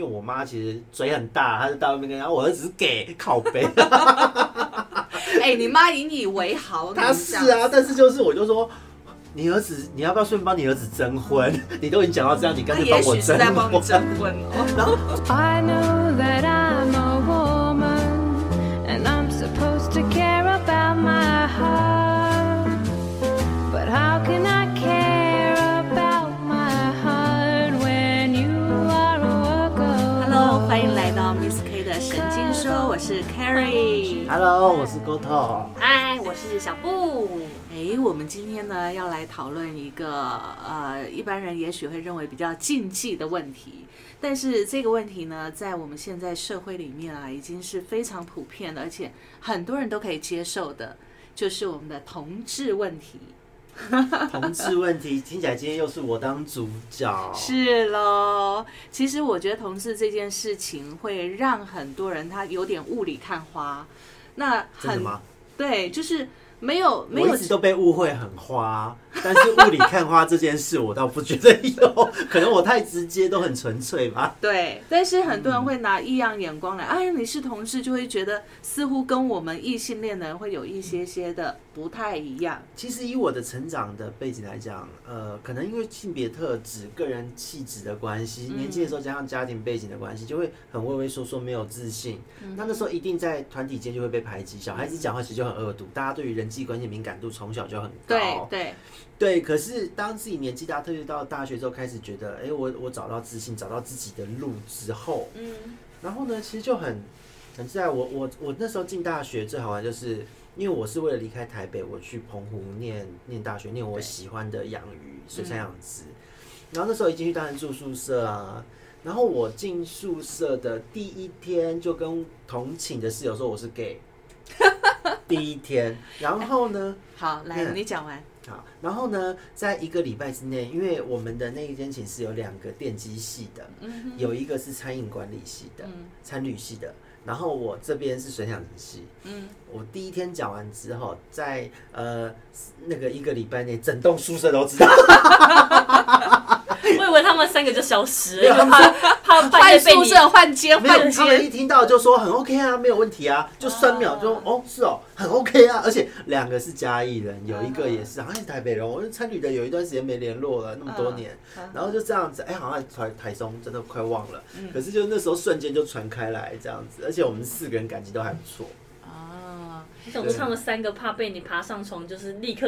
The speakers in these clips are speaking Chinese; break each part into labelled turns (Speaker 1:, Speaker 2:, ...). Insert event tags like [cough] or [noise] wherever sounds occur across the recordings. Speaker 1: 因为我妈其实嘴很大，她就到外面跟人家，我儿子是给靠
Speaker 2: [laughs]
Speaker 1: 背，
Speaker 2: 哎、你妈引以为豪，我跟
Speaker 1: 她
Speaker 2: 你
Speaker 1: 是
Speaker 2: 讲
Speaker 1: 啊，但是就是我就说，你儿子你要不要顺便帮你儿子征
Speaker 2: [laughs]
Speaker 1: 婚？你都已经讲到这样，你干
Speaker 2: 那
Speaker 1: 脆帮
Speaker 2: 也
Speaker 1: 我
Speaker 2: 许是
Speaker 1: 征
Speaker 2: 在帮你
Speaker 1: 婚。
Speaker 2: 征婚哦。
Speaker 3: I know that I'm a woman and I'm supposed to care about my heart. But how can I care about my heart when you are a work of
Speaker 2: Hello，欢迎
Speaker 3: art?
Speaker 2: 来到 Miss K 的神经说，我是 Carrie。
Speaker 1: Hello，我是
Speaker 2: [laughs]
Speaker 1: Goto，
Speaker 2: 嗨，我是小布。哎，我们今天呢要来讨论一个呃，一般人也许会认为比较禁忌的问题，但是这个问题呢，在我们现在社会里面啊，已经是非常普遍的，而且很多人都可以接受的，就是我们的同志问题。
Speaker 1: 同志问题听起来今天又是我当主角，
Speaker 2: 是喽，其实我觉得同志这件事情会让很多人他有点雾里看花，那
Speaker 1: 真的
Speaker 2: 很
Speaker 1: 吗？
Speaker 2: 对，就是没有没
Speaker 1: 我
Speaker 2: 有
Speaker 1: 一直都被误会很花，但是雾里看花这件事我倒不觉得有，可能我太直接，都很纯粹吧。
Speaker 2: 对，但是很多人会拿异样眼光来，
Speaker 1: 嗯
Speaker 2: 哎，你是同志，就会觉得似乎跟我们异性恋的人会有一些些的不太一样。
Speaker 1: 其实以我的成长的背景来讲，呃，可能因为性别特质、个人气质的关系，
Speaker 2: 嗯
Speaker 1: 年轻的时候加上家庭背景的关系，就会很畏畏缩缩，没有自信。
Speaker 2: 嗯
Speaker 1: 那那时候一定在团体间就会被排挤，小孩子讲话其实就很恶毒，大家对于人际关系敏感度从小就很
Speaker 2: 对
Speaker 1: 高。
Speaker 2: 嗯对，
Speaker 1: 对，可是当自己年纪大，特别到大学之后，开始觉得，哎，我我找到自信，找到自己的路之后，
Speaker 2: 嗯
Speaker 1: 然后呢，其实就很很自然。我我我那时候进大学最好玩就是，因为我是为了离开台北，我去澎湖念念大学，念我喜欢的养鱼水产养殖。然后那时候一进去，当然住宿舍啊。然后我进宿舍的第一天，就跟同寝的室友说我是 gay。第一天，然后呢？
Speaker 2: 好，来、
Speaker 1: 嗯
Speaker 2: 你讲完。
Speaker 1: 好，然后呢，在一个礼拜之内，因为我们的那一间寝室有两个电机系的，
Speaker 2: 嗯哼
Speaker 1: 有一个是餐饮管理系的，
Speaker 2: 嗯
Speaker 1: 餐旅系的，然后我这边是水产系。
Speaker 2: 嗯，
Speaker 1: 我第一天讲完之后，在呃那个一个礼拜内，整栋宿舍都知道，
Speaker 4: 我以为他们三个就消失
Speaker 1: 没有他
Speaker 4: 了，因
Speaker 1: 们
Speaker 4: 为怕怕啊半
Speaker 2: 换
Speaker 4: 夜被
Speaker 2: 宿
Speaker 4: 你
Speaker 2: 舍换间
Speaker 1: 没有
Speaker 2: 换
Speaker 1: 他们
Speaker 2: 间，
Speaker 1: 一听到就说很 OK 啊，没有问题啊，就三秒钟哦是哦很 OK 啊，而且两个是嘉义人，有一个也是好像是台北人，我是参旅的有一段时间没联络了，那么多年，然后就这样子，哎、好像台台中真的快忘了，可是就那时候瞬间就传开来这样子，而且我们四个人感情都还不错。
Speaker 2: 啊，
Speaker 4: 想说他们三个怕被你爬上床，就是立刻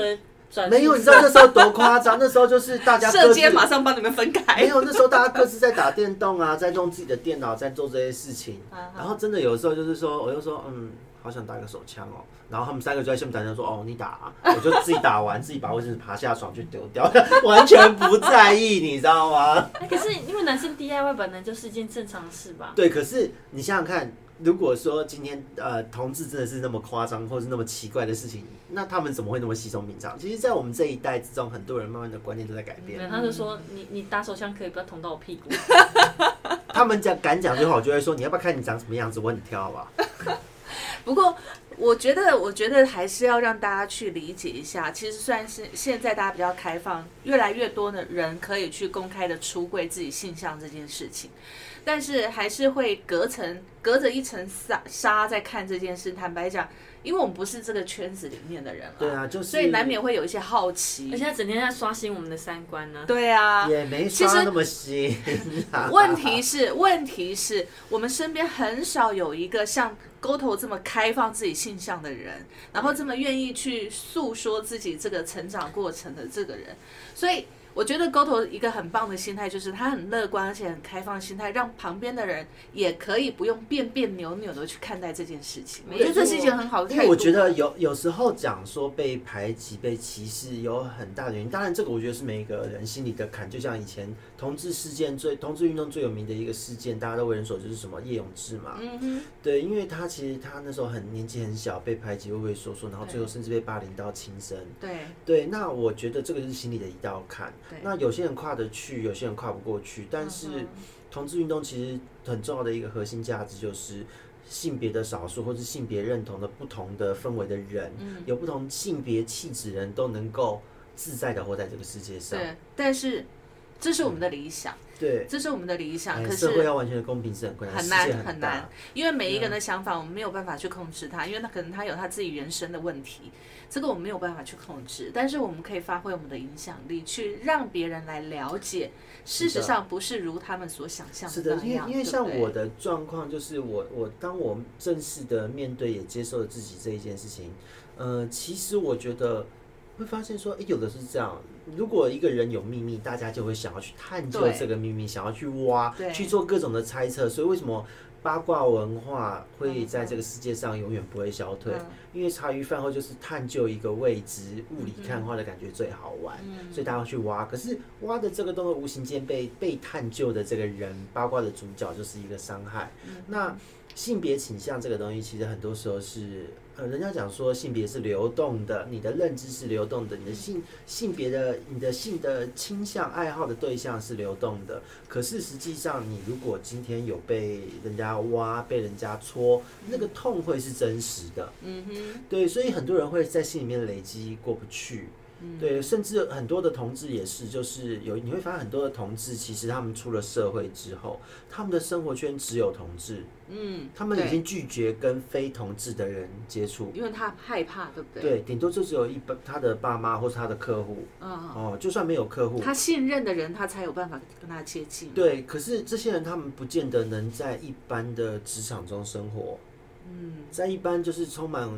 Speaker 4: 转
Speaker 1: 没有，你知道那时候多夸张？那时候就是大家各
Speaker 2: 射
Speaker 1: 自
Speaker 2: 间马上帮你们
Speaker 1: [laughs]
Speaker 2: 分
Speaker 1: 没
Speaker 2: 开。
Speaker 1: 有，那时候大家各自在打电动啊， [laughs] 在弄自己的电脑，在做这些事情。然后真的有时候就是说，我就说，嗯，好想打个手枪哦。然后他们三个就在下面打电动说，哦，你打、啊，我就自己打完，自己把卫生纸爬下床去丢掉， [laughs] 完全不在意，你知道吗？
Speaker 4: 哎可是因为男生 DIY 本来就是一件正常事吧？
Speaker 1: 对，可是你想想看，如果说今天呃同志真的是那么夸张，或是那么奇怪的事情，那他们怎么会那么稀松平常？其实，在我们这一代之中，很多人慢慢的观念都在改变。
Speaker 4: 对，他就说你你打手枪可以不要捅到
Speaker 1: [laughs]
Speaker 4: 我屁股，
Speaker 1: 他们讲敢讲就好，我就会说你要不要看你长什么样子，我很挑好不好？
Speaker 2: 不过，我觉得，我觉得还是要让大家去理解一下。其实，虽然是现在大家比较开放，越来越多的人可以去公开的出柜自己性向这件事情，但是还是会隔层隔着一层纱纱在看这件事。坦白讲，因为我们不是这个圈子里面的人了，
Speaker 1: 对啊，就是
Speaker 2: 所以难免会有一些好奇
Speaker 4: 而。且他整天在刷新我们的三观呢。
Speaker 2: 对啊，
Speaker 1: 也没
Speaker 2: 其
Speaker 1: 刷
Speaker 2: 实
Speaker 1: 那么 [laughs] 新、啊。
Speaker 2: 问题是，问题是我们身边很少有一个像沟头这么开放自己性向的人，然后这么愿意去诉说自己这个成长过程的这个人，所以。我觉得沟头一个很棒的心态就是他很乐观，而且很开放心态，让旁边的人也可以不用别别扭扭的去看待这件事情。 [laughs] 我觉得这是一件很好的态
Speaker 1: 因
Speaker 2: 度。啊
Speaker 1: 为我觉得有有时候讲说被排挤、被歧视有很大的原因，当然这个我觉得是每个人心里的坎。就像以前同志事件最同志运动最有名的一个事件，大家都为人所知是什么？叶永志嘛。
Speaker 2: 嗯哼，
Speaker 1: 对，因为他其实他那时候很年纪很小，被排挤、畏畏缩缩，然后最
Speaker 2: 啊
Speaker 1: 后甚至被霸凌到轻生。
Speaker 2: 对，
Speaker 1: 对，那我觉得这个就是心里的一道坎
Speaker 2: 对。嗯
Speaker 1: 那有些人跨得去，有些人跨不过去。但是同志运动其实很重要的一个核心价值就是性别的少数，或是性别认同的不同的氛围的人，
Speaker 2: 嗯
Speaker 1: 有不同性别气质的人都能够自在的活在这个世界上。
Speaker 2: 对，但是这是我们的理想。
Speaker 1: 对，
Speaker 2: 这是我们的理想。
Speaker 1: 哎
Speaker 2: 可是
Speaker 1: 社会要完全的公平是很困难，
Speaker 2: 很
Speaker 1: 世界
Speaker 2: 难
Speaker 1: 很
Speaker 2: 很
Speaker 1: 大
Speaker 2: 难，，因为每一个人
Speaker 1: 啊
Speaker 2: 的想法我们没有办法去控制他，因为他可能他有他自己原生的问题，这个我们没有办法去控制。但是我们可以发挥我们的影响力，去让别人来了解，事
Speaker 1: 是
Speaker 2: 实
Speaker 1: 的
Speaker 2: 上不是如他们所想象
Speaker 1: 是的，
Speaker 2: 的那
Speaker 1: 因
Speaker 2: 样。
Speaker 1: 为因为
Speaker 2: 对不
Speaker 1: 像
Speaker 2: 对
Speaker 1: 我的状况就是我我当我正式的面对也接受了自己这一件事情，呃，其实我觉得会发现说，诶，有的是这样，如果一个人有秘密，大家就会想要去探究
Speaker 2: 对
Speaker 1: 这个秘密，想要去挖
Speaker 2: 对，
Speaker 1: 去做各种的猜测，所以为什么？八卦文化会在这个世界上永远不会消退，
Speaker 2: 嗯
Speaker 1: 因为茶余饭后就是探究一个未知、雾
Speaker 2: 嗯
Speaker 1: 里看花的感觉最好玩。所以大家会去挖。可是挖的这个动作，无形间被被探究的这个人，八卦的主角就是一个伤害。那性别倾向这个东西，其实很多时候是，呃，人家讲说性别是流动的，你的认知是流动的，你的性性别的你的性的倾向、爱好的对象是流动的。可是实际上，你如果今天有被人家挖、被人家戳，那个痛会是真实的。
Speaker 2: 嗯哼，
Speaker 1: 对，所以很多人会在心里面累积过不去。
Speaker 2: 嗯
Speaker 1: 对，甚至很多的同志也是，就是有你会发现很多的同志，其实他们出了社会之后，他们的生活圈只有同志，
Speaker 2: 嗯，
Speaker 1: 他们已
Speaker 2: 对
Speaker 1: 经拒绝跟非同志的人接触。
Speaker 2: 因为他害怕，对不对？，
Speaker 1: 对，顶多就只有一般他的爸妈或是他的客户
Speaker 2: 嗯，
Speaker 1: 哦，就算没有客户，
Speaker 2: 他信任的人，他才有办法跟他接近。
Speaker 1: 对，可是这些人他们不见得能在一般的职场中生活，
Speaker 2: 嗯，
Speaker 1: 在一般就是充满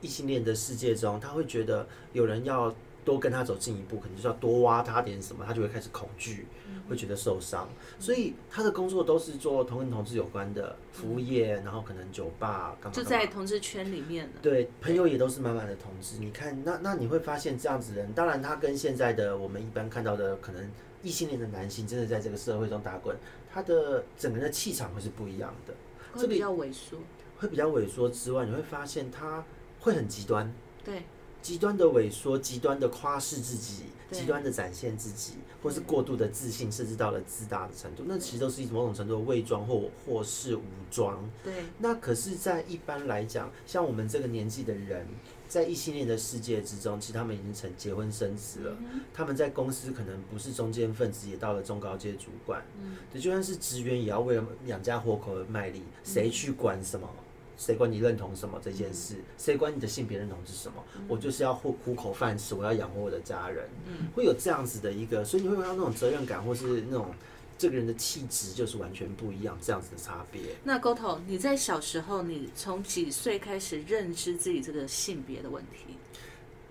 Speaker 1: 异性恋的世界中，他会觉得有人要多跟他走近一步，可能就是要多挖他点什么，他就会开始恐惧，
Speaker 2: 嗯
Speaker 1: 会觉得受伤。所以他的工作都是做同跟同志有关的服务业，然后可能酒吧干嘛干嘛。
Speaker 2: 就在同志圈里面了。
Speaker 1: 对，朋友也都是满满的同志。你看，那那你会发现这样子的人，当然他跟现在的我们一般看到的可能异性恋的男性，真的在这个社会中打滚，他的整个人的气场会是不一样的，这
Speaker 2: 会
Speaker 1: 里
Speaker 2: 比较萎缩，
Speaker 1: 会比较萎缩之外，你会发现他会很极端，
Speaker 2: 对，
Speaker 1: 极端的萎缩，极端的夸饰自己，
Speaker 2: 对
Speaker 1: 极端的展现自己，或是过度的自信，甚至到了自大的程度，那其实都是一种某种程度的伪装或或是武装。
Speaker 2: 对，
Speaker 1: 那可是，在一般来讲，像我们这个年纪的人，在异性恋的世界之中，其实他们已经成结婚生子了。他们在公司可能不是中间分子，也到了中高阶主管。嗯，对，就算是职员，也要为了养家活口而卖力。谁去管什么？谁管你认同什么这件事？谁管你的性别认同是什么？我就是要糊糊口饭吃，我要养活我的家人。嗯，会有这样子的一个，所以你会看到那种责任感，或是那种这个人的气质，就是完全不一样，这样子的差别。
Speaker 2: 那沟头，你在小时候，你从几岁开始认知自己这个性别的问题？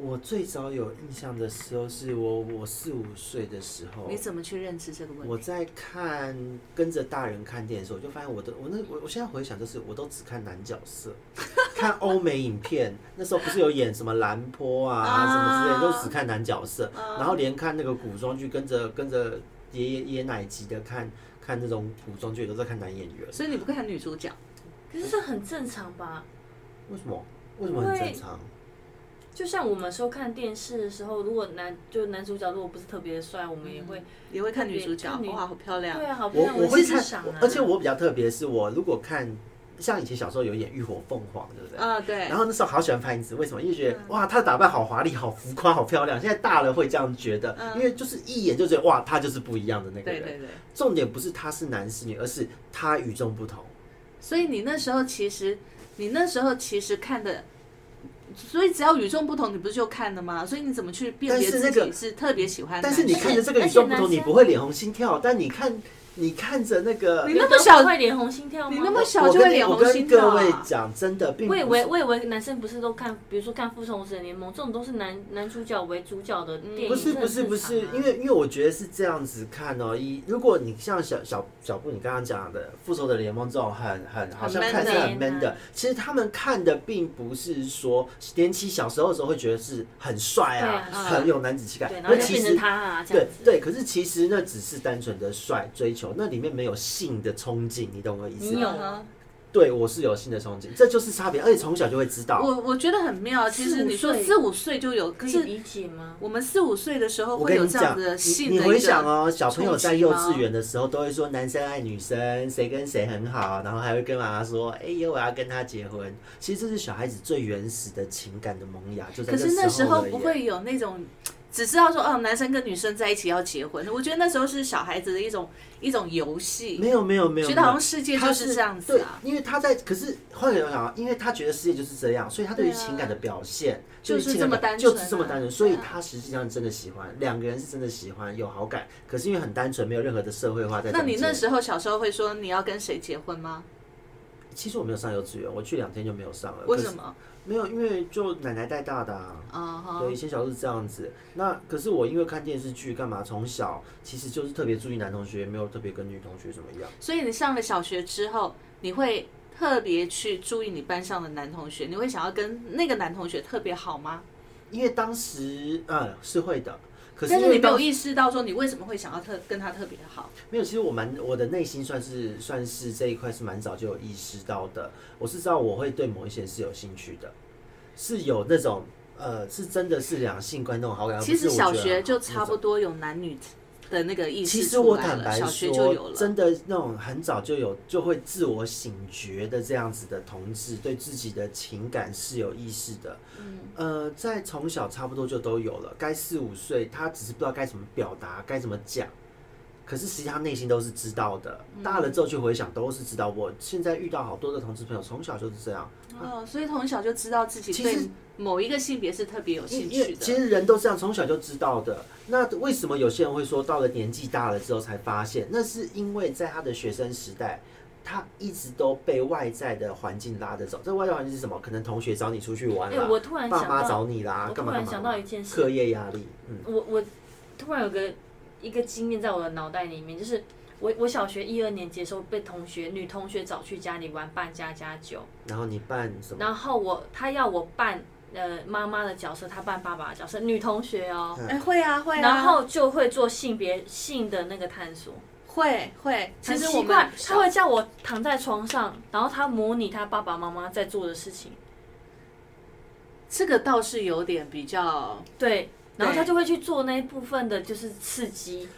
Speaker 1: 我最早有印象的时候是我我四五岁的时候
Speaker 2: 你，怎么去认知这个
Speaker 1: 哦我
Speaker 2: 问题？
Speaker 1: 在看跟着大人看电视，我就发现我的我那我我现在回想就是我都只看男角色， [laughs] 看欧美影片，那时候不是有演什么兰坡啊
Speaker 2: 啊
Speaker 1: 什么之类的，都只看男角色，然后连看那个古装剧，跟着跟着爷爷爷奶级的看看那种古装剧，也都在看男演员，
Speaker 2: 所以你不看女主角，
Speaker 4: 可是这很正常吧？
Speaker 1: 为什么？为什么很
Speaker 4: 因为
Speaker 1: 正常？
Speaker 4: 就像我们说看电视的时候，如果男就男主角如果不是特别帅，我们也会、
Speaker 2: 也会看女主角，
Speaker 4: 看女
Speaker 2: 哇，好漂亮！
Speaker 4: 对啊，好
Speaker 1: 嗯我
Speaker 4: 像
Speaker 1: 我
Speaker 4: 会
Speaker 1: 会
Speaker 4: 是
Speaker 1: 看
Speaker 4: 想
Speaker 1: 我
Speaker 4: 啊，
Speaker 1: 而且我比较特别是我如果看像以前小时候有演《浴火凤凰》，对不对？
Speaker 2: 啊，对嗯
Speaker 1: 然，后那时候好喜欢潘子，为什么？因为觉得、哇，她的打扮好华丽、好浮夸、好漂亮。现在大了会这样觉得，因为就是一眼就觉得哇，她就是不一样的那个
Speaker 2: 嗯对
Speaker 1: 人。
Speaker 2: 对对。
Speaker 1: 重点不是她是男是女，而是她与众不同。
Speaker 2: 所以你那时候其实，你那时候其实看的，所以只要与众不同，你不是就看了吗？所以你怎么去辨
Speaker 1: 但
Speaker 2: 别
Speaker 1: 是
Speaker 2: 自
Speaker 1: 那个
Speaker 2: 己是特别喜欢
Speaker 1: 但
Speaker 2: 啊男
Speaker 1: 是
Speaker 2: 生？
Speaker 1: 你看着这个与众不同，你不会脸红心跳，但你看你看着那个，
Speaker 2: 你
Speaker 4: 有
Speaker 2: 那
Speaker 4: 的
Speaker 2: 么小
Speaker 4: 会脸红心跳吗？
Speaker 2: 你那么小
Speaker 1: 我
Speaker 2: 就会
Speaker 1: 跟你
Speaker 2: 脸
Speaker 1: 我
Speaker 2: 红
Speaker 1: 跟
Speaker 2: 心跳
Speaker 1: 各位
Speaker 2: 啊！
Speaker 1: 讲，真的并不
Speaker 4: 我以
Speaker 1: 是
Speaker 4: 为我以为男生不是都看，比如说看《复仇者联盟》这种都是男男主角为主角的电影，
Speaker 1: 不是不是
Speaker 4: 这
Speaker 1: 不
Speaker 4: 很
Speaker 1: 是
Speaker 4: 正常啊，
Speaker 1: 因为因为我觉得是这样子看哦、一如果你像小小小布你刚刚讲的《复仇者联盟》这种很很好像
Speaker 2: man
Speaker 1: 看起来很
Speaker 4: 的
Speaker 1: man 的，其实他们看的并不是说年轻小时候的时候会觉得是很帅啊，
Speaker 4: 对
Speaker 2: 啊
Speaker 1: 很有男子气概
Speaker 4: 对，，然
Speaker 1: 那
Speaker 4: 后就
Speaker 1: 其
Speaker 4: 变
Speaker 1: 实
Speaker 4: 成他啊这
Speaker 1: 对
Speaker 4: 样子。
Speaker 1: 对，可是其实那只是单纯的帅追求，那里面没有性的憧憬，你懂我意思
Speaker 4: 你有
Speaker 1: 吗？
Speaker 4: 吗
Speaker 1: 对我是有性的憧憬，这就是差别，而且从小就会知道。
Speaker 2: 我我觉得很妙，其实你说
Speaker 4: 四五岁
Speaker 2: 四五岁就有，可
Speaker 4: 可以
Speaker 2: 是
Speaker 4: 理解吗？
Speaker 2: 我们四五岁的时候
Speaker 1: 我
Speaker 2: 会
Speaker 1: 跟
Speaker 2: 有
Speaker 1: 你
Speaker 2: 这样
Speaker 1: 讲，
Speaker 2: 子的性
Speaker 1: 你
Speaker 2: 的
Speaker 1: 你
Speaker 2: 一个
Speaker 1: 回想哦，小朋友在幼
Speaker 2: 冲
Speaker 1: 稚
Speaker 2: 击吗
Speaker 1: 园的时候都会说男生爱女生，谁跟谁很好，然后还会跟妈妈说，哎、呦，我要跟他结婚。其实这是小孩子最原始的情感的萌芽，就在
Speaker 2: 可是那
Speaker 1: 时
Speaker 2: 时候
Speaker 1: 而已啊
Speaker 2: 不会有那种只知道说，哦，男生跟女生在一起要结婚。我觉得那时候是小孩子的一种一种游戏，
Speaker 1: 没有没有没有，
Speaker 2: 觉
Speaker 1: 没
Speaker 2: 得好像
Speaker 1: 有。
Speaker 2: 世界
Speaker 1: 他
Speaker 2: 就是是这样子啊。
Speaker 1: 对，因为他在，可是换个角度想啊，因为他觉得世界就是这样，所以他对于
Speaker 2: 对啊
Speaker 1: 情感的表现
Speaker 2: 就是
Speaker 1: 情感
Speaker 2: 这么
Speaker 1: 的
Speaker 2: 单纯
Speaker 1: 就
Speaker 2: 啊
Speaker 1: 是这么单纯，所以他实际上真的喜欢两个人是真的喜欢有好感，可是因为很单纯，没有任何的社会化在中
Speaker 2: 那
Speaker 1: 间。
Speaker 2: 你那时候小时候会说你要跟谁结婚吗？
Speaker 1: 其实我没有上幼稚园，我去两天就没有上了。呃
Speaker 2: 为
Speaker 1: 可
Speaker 2: 什
Speaker 1: 是？
Speaker 2: 么？
Speaker 1: 没有，因为就奶奶带大的、啊。
Speaker 2: 啊哈
Speaker 1: 对，以，前小时候是这样子。那可是我因为看电视剧干嘛，从小其实就是特别注意男同学，没有特别跟女同学怎么样。
Speaker 2: 所以你上了小学之后，你会特别去注意你班上的男同学，你会想要跟那个男同学特别好吗？
Speaker 1: 因为当时嗯是会的，可是
Speaker 2: 但
Speaker 1: 因
Speaker 2: 是
Speaker 1: 为
Speaker 2: 你没
Speaker 1: 当
Speaker 2: 有意识到说你为什么会想要特跟他特别好，
Speaker 1: 没有，其实我蛮我的内心算是算是这一块是蛮早就有意识到的。我是知道我会对某一些人是有兴趣的，是有那种呃是真的是两性观那种好感。而不
Speaker 2: 其
Speaker 1: 是
Speaker 2: 实
Speaker 1: 我
Speaker 2: 小
Speaker 1: 觉得
Speaker 2: 学
Speaker 1: 很
Speaker 2: 就
Speaker 1: 那
Speaker 2: 差不
Speaker 1: 种。
Speaker 2: 多有男女的那个意识
Speaker 1: 其实
Speaker 2: 出
Speaker 1: 我
Speaker 2: 来
Speaker 1: 坦
Speaker 2: 了
Speaker 1: 白
Speaker 2: 小学就有
Speaker 1: 说，
Speaker 2: 了。
Speaker 1: 真的那种很早就有就会自我醒觉的这样子的同志，对自己的情感是有意识的。
Speaker 2: 嗯
Speaker 1: 呃，在从小差不多就都有了，该四五岁，他只是不知道该怎么表达，该怎么讲。可是实际上内心都是知道的，
Speaker 2: 嗯
Speaker 1: 大了之后去回想都是知道。我现在遇到好多的同志朋友，从小就是这样。
Speaker 2: 哦，所以从小就知道自己
Speaker 1: 嗯其
Speaker 2: 对
Speaker 1: 实
Speaker 2: 某一个性别是特别有兴
Speaker 1: 因为
Speaker 2: 趣
Speaker 1: 其
Speaker 2: 的。
Speaker 1: 实人都这样，从小就知道的。那为什么有些人会说到了年纪大了之后才发现？那是因为在他的学生时代，他一直都被外在的环境拉着走。这外在环境是什么？可能同学找你出去玩
Speaker 4: 哎、
Speaker 1: 啦，
Speaker 4: 我突然
Speaker 1: 爸
Speaker 4: 想
Speaker 1: 妈
Speaker 4: 到，
Speaker 1: 找你啦，
Speaker 4: 我
Speaker 1: 干嘛
Speaker 4: 突
Speaker 1: 干
Speaker 4: 然
Speaker 1: 嘛
Speaker 4: 想
Speaker 1: 干嘛？
Speaker 4: 到一件事
Speaker 1: 课，业压力，嗯，
Speaker 4: 我我突然有个一个经验在我的脑袋里面，就是我我小学一二年级的时候被同学女同学找去家里玩扮家家酒，
Speaker 1: 然后你办什么？
Speaker 4: 然后我她要我扮呃妈妈的角色，她扮爸爸的角色，女同学哦，
Speaker 1: 嗯
Speaker 2: 哎、会啊，会啊，
Speaker 4: 然后就会做性别性的那个探索。
Speaker 2: 会会，其
Speaker 4: 很
Speaker 2: 实我
Speaker 4: 奇
Speaker 2: 们
Speaker 4: 怪，
Speaker 2: 小
Speaker 4: 他会叫我躺在床上，然后他模拟他爸爸妈妈在做的事情，
Speaker 2: 这个倒是有点比较，
Speaker 4: 对，然后
Speaker 2: 对
Speaker 4: 他就会去做那一部分的，就是刺激。
Speaker 2: 嗯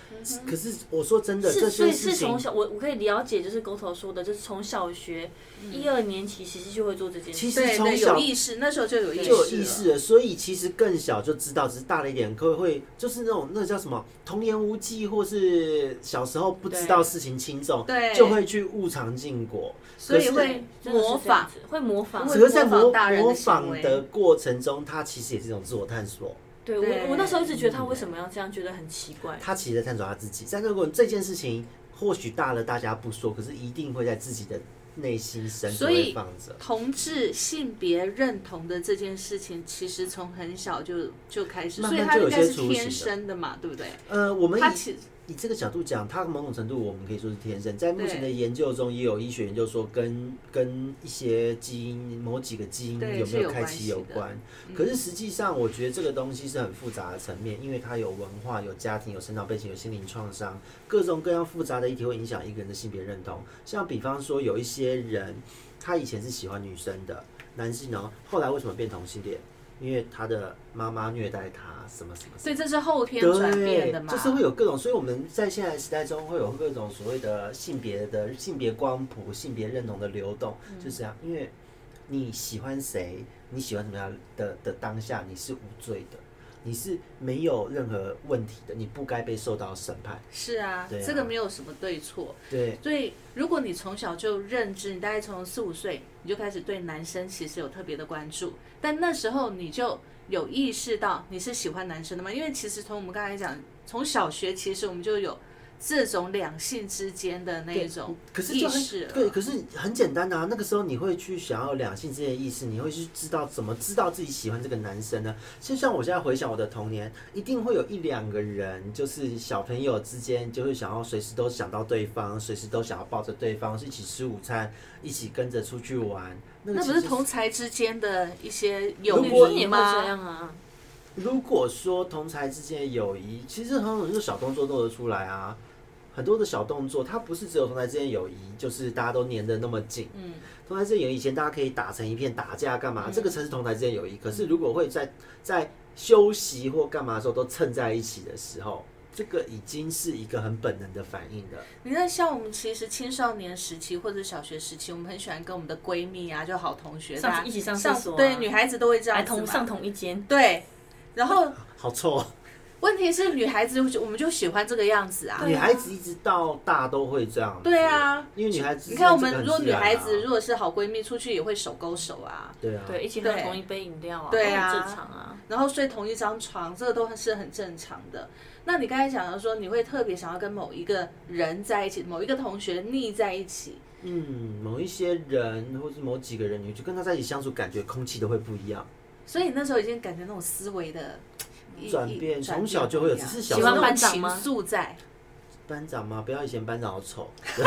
Speaker 1: 可是我说真的，这
Speaker 4: 嗯是，所
Speaker 1: 些
Speaker 4: 以
Speaker 1: 事
Speaker 4: 是从
Speaker 1: 情
Speaker 4: 小我我可以了解，就是狗头说的，就是从小学一二年级其实就会做这
Speaker 1: 嗯
Speaker 4: 件
Speaker 1: 其
Speaker 4: 事。
Speaker 1: 实
Speaker 2: 对
Speaker 1: 从
Speaker 2: 对
Speaker 1: 小
Speaker 2: 有意识，那时候就有意识，
Speaker 1: 就有意识。了，所以其实更小就知道，只是大了一点，可会就是那种那叫什么童言无忌，或是小时候不知道事情轻重，
Speaker 2: 对
Speaker 1: 就会去误尝禁果。
Speaker 2: 所以
Speaker 1: 可是
Speaker 2: 会
Speaker 4: 真的是
Speaker 2: 模
Speaker 4: 这样
Speaker 2: 仿
Speaker 4: 子，，会模仿。
Speaker 1: 只是在
Speaker 2: 模
Speaker 1: 模
Speaker 2: 仿大人的
Speaker 1: 模
Speaker 2: 行
Speaker 1: 仿
Speaker 2: 为
Speaker 1: 的过程中，他其实也是一种自我探索。
Speaker 4: 对
Speaker 2: 对
Speaker 4: 我，我那时候一直觉得他为什么要这样，觉得很奇怪。
Speaker 1: 他其实在探索他自己。在那个过程这件事情，或许大了大家不说，可是一定会在自己的内心深处
Speaker 2: 所以
Speaker 1: 会放着。
Speaker 2: 同志性别认同的这件事情，其实从很小就就开始，
Speaker 1: 慢
Speaker 2: 所
Speaker 1: 慢
Speaker 2: 以它
Speaker 1: 就有
Speaker 2: 应该
Speaker 1: 些
Speaker 2: 是
Speaker 1: 雏形
Speaker 2: 天生的嘛，对不对？
Speaker 1: 呃，我们
Speaker 2: 它
Speaker 1: 以
Speaker 2: 其实
Speaker 1: 以这个角度讲，它某种程度我们可以说是天生。在目前的
Speaker 2: 对
Speaker 1: 研究中，也有医学研究说跟跟一些基因某几个基因
Speaker 2: 对
Speaker 1: 有
Speaker 2: 是
Speaker 1: 没有
Speaker 2: 有
Speaker 1: 开
Speaker 2: 关
Speaker 1: 启
Speaker 2: 系
Speaker 1: 有
Speaker 2: 的嗯
Speaker 1: 关。可是实际上，我觉得这个东西是很复杂的层面，因为它有文化、有家庭、有成长背景、有心灵创伤，各种各样复杂的议题会影响一个人的性别认同。像比方说，有一些人他以前是喜欢女生的男性哦，后来为什么变同性恋？因为他的妈妈虐待他，什么什么什么。
Speaker 2: 所以这是后天
Speaker 1: 对，
Speaker 2: 转变的嘛，
Speaker 1: 就是会有各种，所以我们在现在的时代中会有各种所谓的性别的性别光谱、性别认同的流动，
Speaker 2: 嗯
Speaker 1: 就是这样。因为你喜欢谁，你喜欢什么样的的当下，你是无罪的，你是没有任何问题的，你不该被受到审判。
Speaker 2: 是啊
Speaker 1: 对啊，
Speaker 2: 这个没有什么对错，
Speaker 1: 对，
Speaker 2: 所以，如果你从小就认知，你大概从四五岁你就开始对男生其实有特别的关注，但那时候你就有意识到你是喜欢男生的吗？因为其实从我们刚才讲，从小学其实我们就有这种两性之间的那一种
Speaker 1: 可是
Speaker 2: 意
Speaker 1: 就很
Speaker 2: 识了
Speaker 1: 对，可是很简单的啊。那个时候你会去想要两性之间的意识，你会去知道怎么知道自己喜欢这个男生呢？就像我现在回想我的童年，一定会有一两个人，就是小朋友之间，就会想要随时都想到对方，随时都想要抱着对方，一起吃午餐，一起跟着出去玩。那个
Speaker 2: 那
Speaker 1: 其
Speaker 2: 不
Speaker 1: 实
Speaker 2: 是同才之间的一些友
Speaker 1: 如
Speaker 4: 女
Speaker 1: 果
Speaker 4: 生
Speaker 2: 谊
Speaker 4: 也会这
Speaker 2: 吗？
Speaker 4: 样啊，
Speaker 1: 如果说同才之间的友谊，其实很多就是小动作做得出来啊，很多的小动作，它不是只有同才之间友谊，就是大家都粘得那么紧。
Speaker 2: 嗯，
Speaker 1: 同台之间友谊以前大家可以打成一片打架干嘛，这个才是同台之间友谊。可
Speaker 2: 嗯
Speaker 1: 是如果会在在休息或干嘛的时候都蹭在一起的时候，这个已经是一个很本能的反应了。
Speaker 2: 你看，像我们其实青少年时期或者小学时期，我们很喜欢跟我们的闺蜜啊，就好同学，
Speaker 4: 上
Speaker 2: 大家
Speaker 4: 一起上厕所啊
Speaker 2: 对，女孩子都会这样
Speaker 4: 还
Speaker 2: 子嘛
Speaker 4: 同上同一间，
Speaker 2: 对，然后
Speaker 1: 啊好臭、哦！
Speaker 2: 问题是女孩子就我们就喜欢这个样子啊
Speaker 4: 对啊。
Speaker 1: 女孩子一直到大都会这样。
Speaker 2: 对，啊，
Speaker 1: 因为女孩子
Speaker 2: 你看我们
Speaker 1: 这个很
Speaker 2: 如果
Speaker 1: 自
Speaker 2: 女
Speaker 1: 然啊
Speaker 2: 孩子如果是好闺蜜，出去也会手勾手啊，
Speaker 1: 对啊，
Speaker 4: 对，一起喝
Speaker 2: 对
Speaker 4: 同一杯饮料啊，
Speaker 2: 对啊
Speaker 4: 啊，正常啊。
Speaker 2: 然后睡同一张床，这个都是很正常的。那你刚才讲到说你会特别想要跟某一个人在一起，某一个同学腻在一起，
Speaker 1: 嗯，某一些人或是某几个人，你就跟他在一起相处，感觉空气都会不一样，
Speaker 2: 所以你那时候已经感觉那种思维的
Speaker 1: 嗯
Speaker 2: 一
Speaker 1: 转
Speaker 2: 一
Speaker 1: 变从小就会有
Speaker 2: 不一样
Speaker 1: 只是小
Speaker 4: 时候喜欢班长
Speaker 2: 情
Speaker 4: 吗
Speaker 2: 愫在。
Speaker 1: 班长嘛，不要以前班长好丑。 [laughs] 对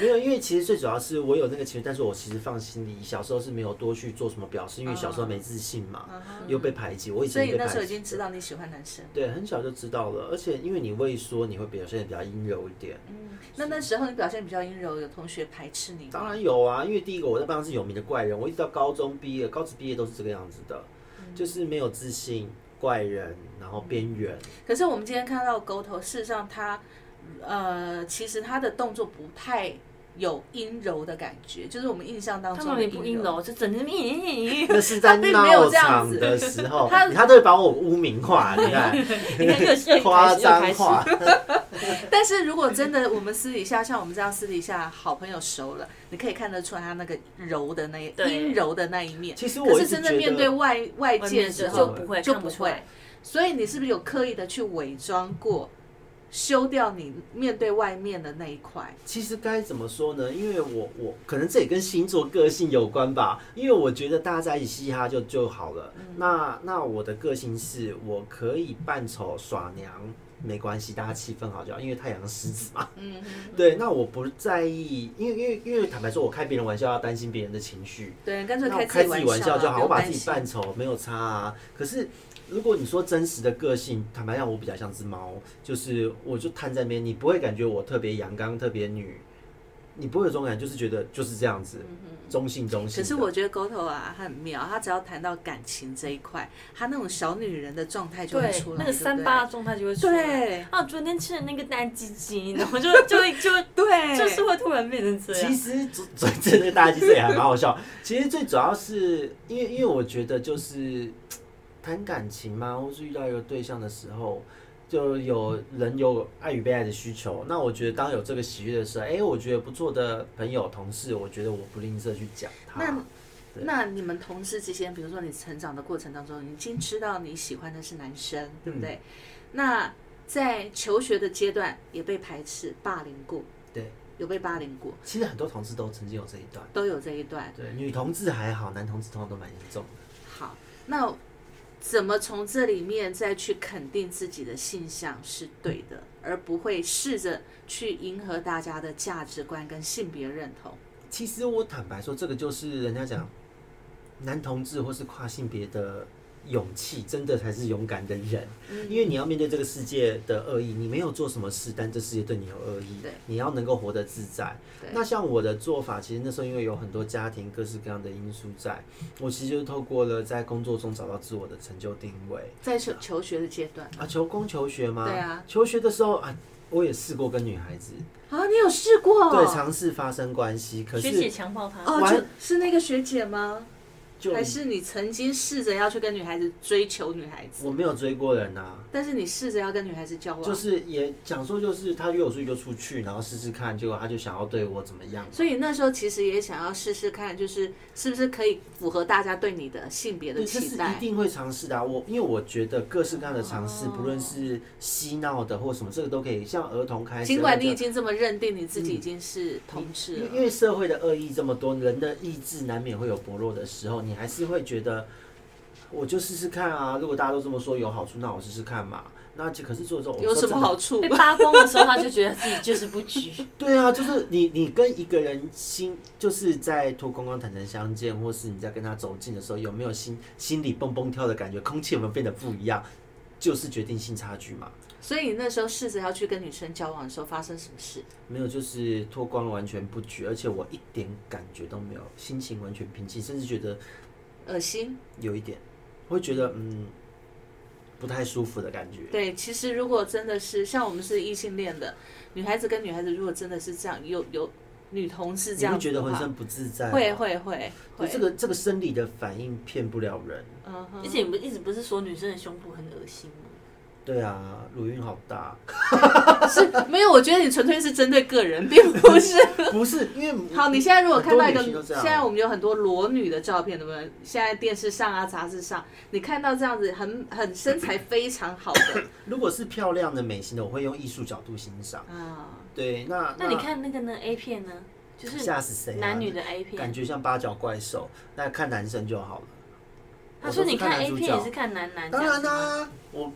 Speaker 1: 没有，因为其实最主要是我有那个情绪，但是我其实放心里，小时候是没有多去做什么表示，因为小时候没自信嘛，
Speaker 2: 嗯哼
Speaker 1: 又被排挤。我以
Speaker 2: 啊所
Speaker 1: 前
Speaker 2: 以
Speaker 1: 也
Speaker 2: 你
Speaker 1: 被
Speaker 2: 那时候
Speaker 1: 排
Speaker 2: 已经
Speaker 1: 挤，
Speaker 2: 知道你喜欢男生。
Speaker 1: 对，很小就知道了。而且因为你畏缩，你会表现得比较阴柔一点。
Speaker 2: 嗯，那那时候你表现比较阴柔，有同学排斥你吗。
Speaker 1: 当然有啊，因为第一个我在班上是有名的怪人，我一直到高中毕业、高职毕业都是这个样子的，
Speaker 2: 嗯
Speaker 1: 就是没有自信、怪人，然后边
Speaker 2: [laughs]
Speaker 1: 缘。
Speaker 2: 可是我们今天看到狗头，事实上他，呃，其实他的动作不太有阴柔的感觉，就是我们印象当
Speaker 4: 他
Speaker 2: 中
Speaker 4: 们
Speaker 2: 的哦
Speaker 4: 也不阴柔，就整天咦。
Speaker 1: 那是在
Speaker 2: 他并没有
Speaker 1: 闹
Speaker 2: 这样
Speaker 1: 场
Speaker 2: 子
Speaker 1: 的时候，
Speaker 2: [laughs] 他
Speaker 1: 他都会把我污名化，你看。
Speaker 4: 你看 [laughs] 又是又
Speaker 1: 夸
Speaker 4: 开始又
Speaker 1: 张
Speaker 4: 开始，
Speaker 1: 话，
Speaker 2: 但是如果真的我们私底下像我们这样私底下好朋友熟了，你可以看得出来他那个柔的那一
Speaker 4: 对
Speaker 2: 阴柔的那一面。
Speaker 1: 其实
Speaker 2: 可
Speaker 1: 我
Speaker 2: 是
Speaker 1: 一直
Speaker 2: 真的
Speaker 1: 觉
Speaker 2: 面对
Speaker 1: 得，
Speaker 2: 外外
Speaker 4: 外
Speaker 2: 界
Speaker 4: 面
Speaker 2: 的
Speaker 4: 就
Speaker 2: 时
Speaker 1: 就
Speaker 2: 候
Speaker 1: 不
Speaker 4: 不会
Speaker 2: 就
Speaker 4: 看
Speaker 2: 不
Speaker 4: 不出
Speaker 2: 会
Speaker 4: 来。，
Speaker 2: 所以你是不是有刻意的去伪装过，修掉你面对外面的那一块？
Speaker 1: 其实该怎么说呢？因为我我可能这也跟星座个性有关吧。因为我觉得大家在一起嘻哈就就好了。
Speaker 4: 嗯
Speaker 1: 那那我的个性是我可以扮丑耍娘。没关系，大家气氛好就好，因为太阳狮子嘛。
Speaker 2: 嗯，
Speaker 1: 对，那我不在意，因为因为因为坦白说，我开别人玩笑要担心别人的情绪，
Speaker 2: 对，干脆
Speaker 1: 那我
Speaker 2: 开
Speaker 1: 开
Speaker 2: 自
Speaker 1: 自己
Speaker 2: 己
Speaker 1: 玩笑
Speaker 2: 笑
Speaker 1: 就
Speaker 2: 啊
Speaker 1: 好，我把自己。
Speaker 2: 不用担
Speaker 1: 扮
Speaker 2: 心
Speaker 1: 丑没有差啊。可是如果你说真实的个性，坦白讲，我比较像只猫，就是我就瘫在那边，你不会感觉我特别阳刚、特别女，你不会有这种感觉，就是觉得就是这样子，中性中性的。
Speaker 2: 嗯可是我觉得狗头啊，他很妙，他只要谈到感情这一块，他那种小女人的状态就会
Speaker 4: 对
Speaker 2: 出，来，
Speaker 4: 那个
Speaker 2: 对不
Speaker 4: 三
Speaker 2: 对
Speaker 4: 八的状态就会出来。
Speaker 2: 对
Speaker 4: 啊，昨天吃的那个大鸡鸡，然后就 [laughs] 就会就会
Speaker 2: 对，
Speaker 4: 就是会突然变成这
Speaker 1: 其
Speaker 4: 样。
Speaker 1: 实昨昨天那个大鸡这也还蛮好笑。 [laughs] 其实最主要是因为因为我觉得就是嗯谈感情嘛，或是遇到一个对象的时候，就有人有爱与被爱的需求。那我觉得当有这个喜悦的时候，哎、我觉得不错的朋友同事，我觉得我不吝啬去讲他
Speaker 2: 那。
Speaker 1: 对
Speaker 2: 那你们同事之间，比如说你成长的过程当中，你已经知道你喜欢的是男生，
Speaker 1: 嗯
Speaker 2: 对不对？那在求学的阶段也被排斥、霸凌过，
Speaker 1: 对，
Speaker 2: 有被霸凌过，
Speaker 1: 其实很多同事都曾经有这一段。
Speaker 2: 都有这一段。
Speaker 1: 对，女同志还好，男同志通常都蛮严重的。
Speaker 2: 好，那怎么从这里面再去肯定自己的性向是对的，而不会试着去迎合大家的价值观跟性别认同？
Speaker 1: 其实我坦白说，这个就是人家讲男同志或是跨性别的勇气，真的才是勇敢的人。
Speaker 2: 嗯
Speaker 1: 因为你要面对这个世界的恶意，你没有做什么事，但这世界对你有恶意
Speaker 2: 对，
Speaker 1: 你要能够活得自在
Speaker 2: 对。
Speaker 1: 那像我的做法，其实那时候因为有很多家庭各式各样的因素在，我其实就透过了在工作中找到自我的成就定位
Speaker 2: 在求求学的阶段
Speaker 1: 啊，求工求学吗？
Speaker 2: 嗯对啊
Speaker 1: 求学的时候啊，我也试过跟女孩子
Speaker 2: 啊，你有试过？
Speaker 1: 对尝试发生关系，可
Speaker 4: 学姐
Speaker 1: 是
Speaker 4: 强暴他，
Speaker 2: 哦，
Speaker 1: 玩
Speaker 2: 就是那个学姐吗？
Speaker 1: 就
Speaker 2: 还是你曾经试着要去跟女孩子追求女孩子，
Speaker 1: 我没有追过人啊。
Speaker 2: 但是你试着要跟女孩子交往，
Speaker 1: 就是也讲说，就是他约我出去就出去，然后试试看，结果他就想要对我怎么样，
Speaker 2: 所以那时候其实也想要试试看，就是是不是可以符合大家对你的性别的
Speaker 1: 对，这是
Speaker 2: 期
Speaker 1: 一
Speaker 2: 待。
Speaker 1: 定会尝试的、啊。我因为我觉得各式各样的尝试，
Speaker 2: 哦
Speaker 1: 不论是嬉闹的或什么，这个都可以。像儿童开始，
Speaker 2: 尽管你
Speaker 1: 那
Speaker 2: 已
Speaker 1: 个
Speaker 2: 经这么认定你自己已经是同
Speaker 1: 嗯
Speaker 2: 志
Speaker 1: 因为
Speaker 2: 了，
Speaker 1: 因为社会的恶意这么多，人的意志难免会有薄弱的时候，你还是会觉得，我就试试看啊。如果大家都这么说有好处，那我试试看嘛。那就可是做了之后，我
Speaker 2: 有
Speaker 1: 说
Speaker 2: 什么
Speaker 1: 真的
Speaker 2: 好
Speaker 1: [laughs]
Speaker 2: 处
Speaker 4: 被？扒光的时候，他就觉得自己就是不举。
Speaker 1: 对啊，就是你你跟一个人心，就是在脱光光坦诚相见，或是你在跟他走近的时候，有没有心心里蹦蹦跳的感觉？空气有没有变得不一样？就是决定性差距嘛。
Speaker 2: 所以你那时候试着要去跟女生交往的时候，发生什么事？
Speaker 1: 没有，就是脱光了完全不觉，而且我一点感觉都没有，心情完全平静，甚至觉得
Speaker 2: 恶心。
Speaker 1: 有一点，会觉得嗯不太舒服的感觉。
Speaker 2: 对，其实如果真的是像我们是异性恋的女孩子跟女孩子，如果真的是这样，有有女同志这
Speaker 1: 你
Speaker 2: 样
Speaker 1: 会
Speaker 2: 子
Speaker 1: 觉得
Speaker 2: 的
Speaker 1: 浑
Speaker 2: 话，
Speaker 1: 身不自在吗？
Speaker 2: 会会会
Speaker 1: 对
Speaker 2: 会，
Speaker 1: 这个这个生理的反应骗不了人。
Speaker 2: 嗯哼，
Speaker 4: 而且你们一直不是说女生的胸部很恶心吗？
Speaker 1: 对啊，乳晕好大，
Speaker 2: 是没有，我觉得你纯粹是针对个人，并不 [laughs] 是。
Speaker 1: 不是因为
Speaker 2: 好，你现在如果看到一个
Speaker 1: 很多女性都，这样
Speaker 2: 现在我们有很多裸女的照片，对不对？现在电视上啊、杂志上，你看到这样子很很身材非常好 [laughs] 的
Speaker 1: 如果是漂亮的美型的，我会用艺术角度欣赏。
Speaker 2: 啊，
Speaker 1: 对，那
Speaker 4: 那你看那个呢？A 片呢？就是
Speaker 1: 吓死谁啊？
Speaker 4: 男女的 A 片。
Speaker 1: 感觉像八角怪兽，那看男生就好了。
Speaker 4: 他说你
Speaker 1: 我
Speaker 4: 看
Speaker 1: 都
Speaker 4: A
Speaker 1: 是
Speaker 4: 片也
Speaker 1: 男
Speaker 4: 是
Speaker 1: 主角，
Speaker 4: 看男男，
Speaker 1: 当然
Speaker 4: 这样子吗
Speaker 1: 啦、我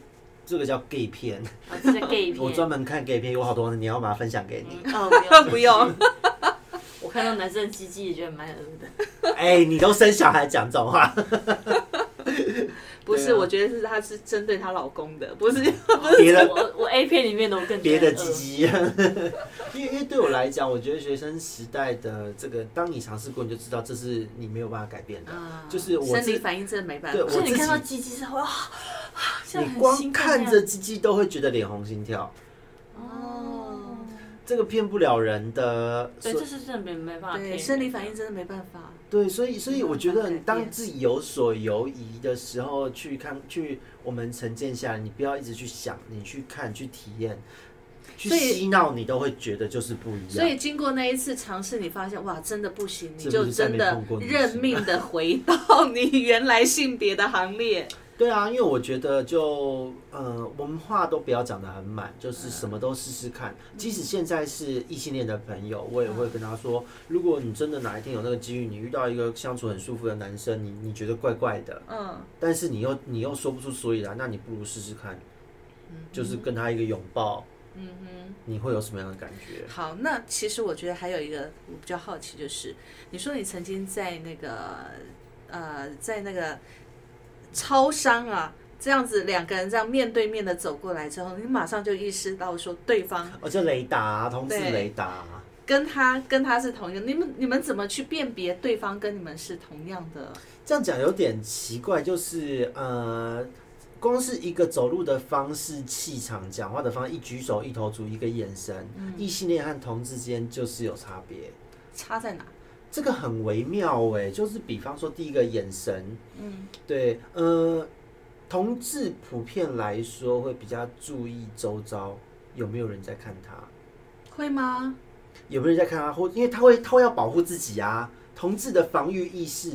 Speaker 1: 这个叫 gay 片，
Speaker 4: 哦这是 gay 片。
Speaker 1: [laughs] 我专门看 gay 片，有好多，你要把它分享给你。
Speaker 4: 嗯哦，不用
Speaker 2: 不 [laughs] 用，
Speaker 4: 我看到男生的鸡鸡也觉得蛮恶
Speaker 1: [laughs]
Speaker 4: 的。
Speaker 1: 哎、你都生小孩讲这种话，
Speaker 2: 不是，
Speaker 1: 对啊
Speaker 2: 我觉得是她是针对她老公的，不是
Speaker 1: 别人
Speaker 4: 我我 A 片里面的我更
Speaker 1: 别
Speaker 4: 觉得
Speaker 1: 的
Speaker 4: 很恶
Speaker 1: 鸡鸡。 [laughs] 因为因为对我来讲，我觉得学生时代的这个，当你尝试过，你就知道这是你没有办法改变的。
Speaker 2: 嗯
Speaker 1: 就是我
Speaker 2: [laughs] 生理
Speaker 1: 自
Speaker 2: 反应真的没办
Speaker 1: 对
Speaker 2: 法
Speaker 1: 我。
Speaker 4: 所以你
Speaker 1: 自
Speaker 4: 看到
Speaker 1: 己
Speaker 4: 鸡鸡之后，哇，像
Speaker 1: 你
Speaker 4: 很
Speaker 1: 光
Speaker 4: 兴奋
Speaker 1: 看
Speaker 4: 那
Speaker 1: 着
Speaker 4: 样。
Speaker 1: 鸡鸡都会觉得脸红心跳，
Speaker 4: 哦，
Speaker 1: 这个骗不了人的。
Speaker 4: 对，
Speaker 1: 所
Speaker 4: 这是真的没没办法骗
Speaker 2: 对，
Speaker 4: 人。
Speaker 2: 生理反应真的没办法。
Speaker 1: 对，所以所以我觉
Speaker 2: 没办
Speaker 4: 嗯
Speaker 1: 得，
Speaker 2: 法改
Speaker 1: 当
Speaker 2: 变
Speaker 1: 自己有所犹疑的时候，去看去我们沉淀下来，你不要一直去想，你去看去体验，去
Speaker 2: 所以
Speaker 1: 洗脑，你都会觉得就是不一样。
Speaker 2: 所以经过那一次尝试，你发现哇，真的不行，你
Speaker 1: 这不
Speaker 2: 就是真
Speaker 1: 再没
Speaker 2: 的
Speaker 1: 碰过女生
Speaker 2: 认命的回到你原来性别的行列。
Speaker 1: 对啊，因为我觉得就呃，我们话都不要讲得很满，就是什么都试试看。即使现在是异性恋的朋友，我也会跟他说，如果你真的哪一天有那个机遇，你遇到一个相处很舒服的男生，你你觉得怪怪的，
Speaker 2: 嗯，
Speaker 1: 但是你又你又说不出所以然，那你不如试试看，就是跟他一个拥抱，嗯哼，你会有什么样的感觉？
Speaker 2: 好，那其实我觉得还有一个我比较好奇，就是你说你曾经在那个呃，在那个超商啊，这样子两个人这样面对面的走过来之后，你马上就意识到说对方
Speaker 1: 哦，就雷达，同志
Speaker 2: 对
Speaker 1: 雷达，
Speaker 2: 跟他跟他是同一个，你们你们怎么去辨别对方跟你们是同样的？
Speaker 1: 这样讲有点奇怪，就是呃，光是一个走路的方式、气场、讲话的方式，一举手、一投足、一个眼神，异、性恋和同志之间就是有差别。
Speaker 2: 差在哪？
Speaker 1: 这个很微妙哎、就是比方说第一个眼神，嗯，对，呃，同志普遍来说会比较注意周遭有没有人在看他，
Speaker 2: 会吗？
Speaker 1: 有没有人在看他，或因为他会他会要保护自己啊，同志的防御意识，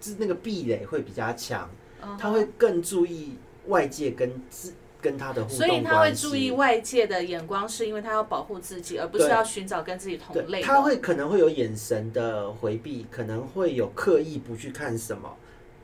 Speaker 1: 就是那个壁垒会比较强，
Speaker 2: 嗯
Speaker 1: 他会更注意外界跟自跟他的互动
Speaker 2: 所
Speaker 1: 关
Speaker 2: 以
Speaker 1: 系，
Speaker 2: 他会注意外界的眼光，是因为他要保护自己，而不是
Speaker 1: 对
Speaker 2: 要寻找跟自己同
Speaker 1: 对，
Speaker 2: 类的。
Speaker 1: 他会可能会有眼神的回避，可能会有刻意不去看什么，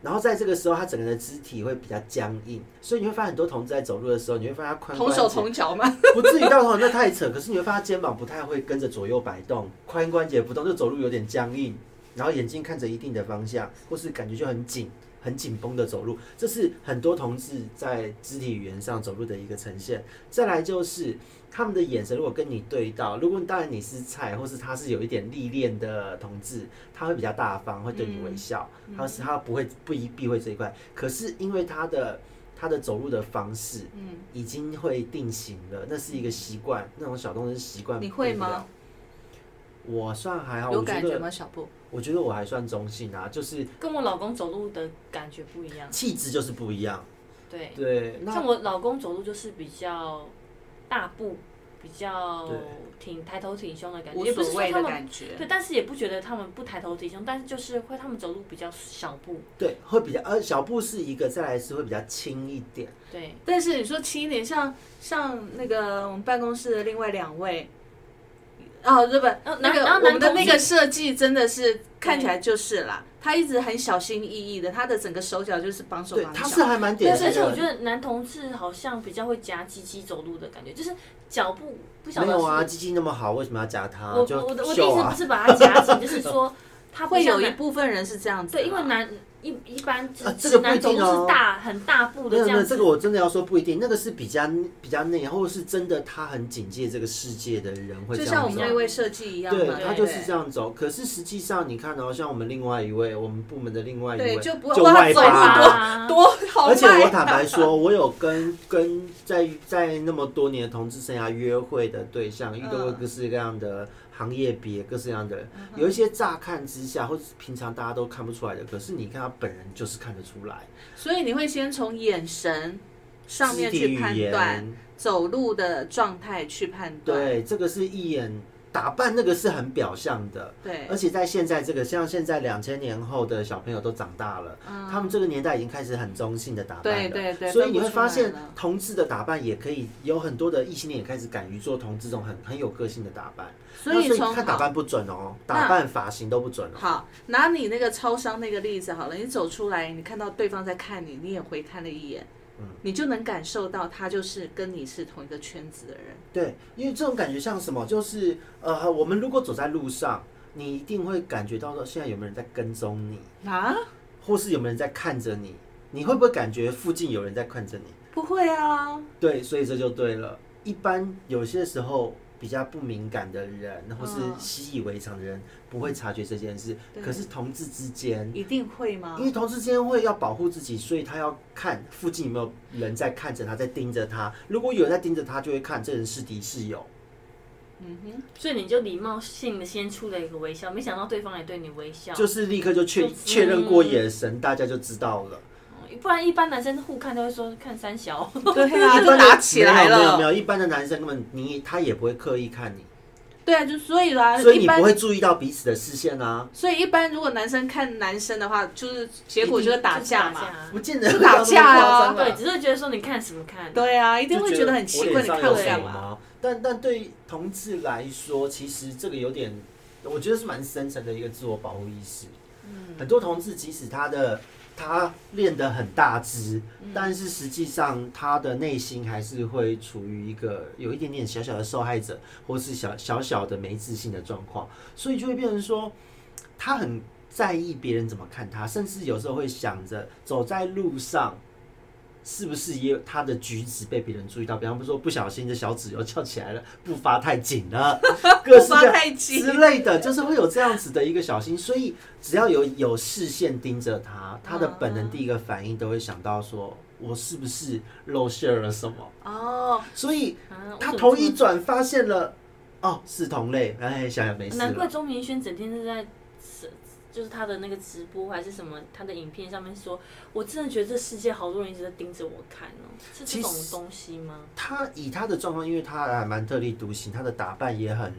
Speaker 1: 然后在这个时候，他整个人的肢体会比较僵硬，所以你会发现很多同志在走路的时候，你会发现他髋
Speaker 2: 同
Speaker 1: 关
Speaker 2: 手
Speaker 1: 节
Speaker 2: 同脚吗？ [laughs]
Speaker 1: 不至于到头那太扯，可是你会发现他肩膀不太会跟着左右摆动，髋关节不动，就走路有点僵硬，然后眼睛看着一定的方向，或是感觉就很紧、很紧绷的走路，这是很多同志在肢体语言上走路的一个呈现。再来就是他们的眼神，如果跟你对到，如果当然你是菜，或是他是有一点历练的同志，他会比较大方，会对你微笑，他是他不会不一避讳这一块。可是因为他的他的走路的方式，
Speaker 2: 嗯，
Speaker 1: 已经会定型了，那是一个习惯，那种小动作是习惯。
Speaker 2: 你会吗
Speaker 1: 不了？我算还好，
Speaker 2: 有
Speaker 1: 我觉
Speaker 2: 感觉
Speaker 1: 得
Speaker 2: 吗？小布，
Speaker 1: 我觉得我还算中性啊，就是
Speaker 4: 跟我老公走路的感觉不一样。
Speaker 1: 气质就是不一样。
Speaker 4: 对，
Speaker 1: 对，那
Speaker 4: 像我老公走路就是比较大步，比较
Speaker 1: 对
Speaker 4: 挺抬头挺胸的感觉，
Speaker 2: 无
Speaker 4: 也不是
Speaker 2: 所
Speaker 4: 说
Speaker 2: 谓
Speaker 4: 他
Speaker 2: 的
Speaker 4: 们
Speaker 2: 感觉。
Speaker 4: 对，但是也不觉得他们不抬头挺胸，但是就是会他们走路比较小步，
Speaker 1: 对会比较呃小步是一个，再来是会比较轻一点。
Speaker 4: 对，
Speaker 2: 但是你说轻一点，像像那个我们办公室的另外两位，哦，对不，
Speaker 4: 嗯
Speaker 2: 那
Speaker 4: 然后
Speaker 2: 个
Speaker 4: 然后
Speaker 2: 我们的
Speaker 4: 男同
Speaker 2: 那
Speaker 4: 志
Speaker 2: 个设计真的是看起来就是啦，他一直很小心翼翼的，他的整个手脚就是绑手
Speaker 1: 对，
Speaker 2: 绑
Speaker 1: 他是
Speaker 2: 脚。
Speaker 1: 还蛮
Speaker 4: 对，
Speaker 1: 典型
Speaker 4: 而且我觉
Speaker 1: 的。
Speaker 4: 得男同志好像比较会夹鸡鸡走路的感觉，就是脚步不晓
Speaker 1: 没
Speaker 4: 得
Speaker 1: 有啊，
Speaker 4: 是
Speaker 1: 鸡鸡那么好，为什么要夹
Speaker 4: 我
Speaker 1: 它？就
Speaker 4: 我我的我的
Speaker 1: 秀
Speaker 4: 意思
Speaker 1: 啊
Speaker 4: 不。是把它夹紧，就
Speaker 2: [laughs]
Speaker 4: 是说他
Speaker 2: 会有一部分人是这样子啦，
Speaker 4: 对，因为男一一般
Speaker 1: 啊这
Speaker 4: 直
Speaker 1: 个不
Speaker 4: 男
Speaker 1: 一
Speaker 4: 走路
Speaker 1: 定哦
Speaker 4: 是大很大
Speaker 1: 没
Speaker 4: 步的
Speaker 1: 有
Speaker 4: 这
Speaker 1: 没
Speaker 4: 样
Speaker 1: 有，
Speaker 4: 子，
Speaker 1: 这个我真的要说不一定，那个是比较比较内，或者是真的他很警戒这个世界的人会这
Speaker 2: 就
Speaker 1: 样
Speaker 2: 像我
Speaker 1: 走
Speaker 2: 们那位设计一样嘛，
Speaker 1: 对，他就是
Speaker 2: 对
Speaker 1: 这样走。可是实际上，你看哦，像我们另外一位，我们部门的另外一位，
Speaker 2: 对，就不会
Speaker 1: 外
Speaker 2: 走路
Speaker 1: 八。[laughs]
Speaker 4: 啊
Speaker 2: 多多好啊
Speaker 1: 而且
Speaker 2: 迈
Speaker 1: 我坦白说，我有跟
Speaker 2: 嗯
Speaker 1: 跟在在那么多年的同志生涯约会的对象，遇到过各式各样的行业别各式各样的人，有一些乍看之下或者平常大家都看不出来的，可是你看他本人就是看得出来，
Speaker 2: 所以你会先从眼神上面
Speaker 1: 肢体
Speaker 2: 去
Speaker 1: 语
Speaker 2: 判
Speaker 1: 言
Speaker 2: 断，走路的状态去判断，
Speaker 1: 对，这个是一眼打扮，那个是很表象的。
Speaker 2: 对
Speaker 1: 而且在现在这个，像现在两千年后的小朋友都长大了，
Speaker 2: 嗯
Speaker 1: 他们这个年代已经开始很中性的打扮了，
Speaker 2: 对对对
Speaker 1: 所以你会发
Speaker 2: 分
Speaker 1: 现
Speaker 2: 不出来了
Speaker 1: 同志的打扮也可以有很多的异性恋也开始敢于做同志这种很很有个性的打扮，
Speaker 2: 所
Speaker 1: 那
Speaker 2: 以
Speaker 1: 所以
Speaker 2: 从
Speaker 1: 看打扮不准哦，打扮发型都不准哦，
Speaker 2: 好，拿你那个超商那个例子好了，你走出来，你看到对方在看你，你也回看了一眼，
Speaker 1: 嗯
Speaker 2: 你就能感受到他就是跟你是同一个圈子的人。
Speaker 1: 对，因为这种感觉像什么，就是呃，我们如果走在路上，你一定会感觉到说现在有没有人在跟踪你，
Speaker 2: 啊？
Speaker 1: 或是有没有人在看着你，你会不会感觉附近有人在看着你？
Speaker 2: 不会啊，
Speaker 1: 对，所以这就对了。一般有些时候比较不敏感的人，或是
Speaker 2: 嗯
Speaker 1: 习以为常的人，不会察觉这件事。
Speaker 2: 对嗯
Speaker 1: 可是同志之间，
Speaker 2: 一定会吗
Speaker 1: 因？为同志之间会要保护自己，所以他要看附近有没有人在看着他，在盯着他。如果有人在盯着他，就会看这人是敌是友。
Speaker 2: 嗯哼，
Speaker 1: [laughs]
Speaker 4: 所以你就礼貌性的先出了一个微笑，没想到对方也对你微
Speaker 2: 嗯
Speaker 4: 笑，
Speaker 1: 就是立刻就确
Speaker 4: 就
Speaker 1: 确认过眼神，大家就知道了。
Speaker 4: 哦不然一般男生互看都会说看三小，
Speaker 2: 对
Speaker 1: 一
Speaker 2: 啊，都
Speaker 1: 般的
Speaker 2: 打起来
Speaker 1: 没有没有没
Speaker 2: 了。
Speaker 1: 有，一般的男生根本你他也不会刻意看你，
Speaker 2: 对啊，就所以啦，
Speaker 1: 所以
Speaker 2: 一
Speaker 1: 你
Speaker 2: 般
Speaker 1: 不会注意到彼此的视线啊。
Speaker 2: 所以一般如果男生看男生的话，就是结果就是 [laughs] 打架
Speaker 4: 就是
Speaker 2: 嘛。
Speaker 4: 打
Speaker 1: 不见得
Speaker 2: 嗯就打架啊
Speaker 1: 要那么夸张
Speaker 4: 对，只是觉得说你看什么看，
Speaker 2: 对啊，一
Speaker 1: 就
Speaker 2: 定会
Speaker 1: 觉
Speaker 2: 觉得很奇
Speaker 1: 我脸
Speaker 2: 怪，你
Speaker 1: 上
Speaker 2: 看我
Speaker 1: 有
Speaker 2: 干
Speaker 1: 什
Speaker 2: 嘛？
Speaker 1: 么？但但对同志来说，其实这个有点，我觉得是蛮深层的一个自我保护意识。
Speaker 2: 嗯
Speaker 1: 很多同志即使他的他练得很大只，
Speaker 2: 嗯
Speaker 1: 但是实际上他的内心还是会处于一个有一点点小小的受害者，或是小小小的没自信的状况，所以就会变成说，他很在意别人怎么看他，甚至有时候会想着走在路上。是不是也有他的举止被别人注意到？比方说不小心的小指又翘起来了，步伐太紧
Speaker 2: [laughs]
Speaker 1: 了，各式
Speaker 2: 步伐
Speaker 1: 各样
Speaker 2: 太紧
Speaker 1: 之类的，就是会有这样子的一个小心。所以只要有有视线盯着他，他的本
Speaker 2: 嗯
Speaker 1: 能第一个反应都会想到说，我是不是露馅了什么？
Speaker 2: 哦，
Speaker 1: 所以
Speaker 4: 啊，
Speaker 1: 他
Speaker 4: 我怎么
Speaker 1: 头一
Speaker 4: 这么
Speaker 1: 转发现了，哦，是同类，哎，想想没事
Speaker 4: 难怪
Speaker 1: 了。
Speaker 4: 钟明轩整天是在，就是他的那个直播还是什么，他的影片上面说，我真的觉得这世界好多人一直在盯着我看哦，是这种
Speaker 1: 其实
Speaker 4: 东西吗？
Speaker 1: 他以他的状况，因为他还蛮特立独行，他的打扮也很。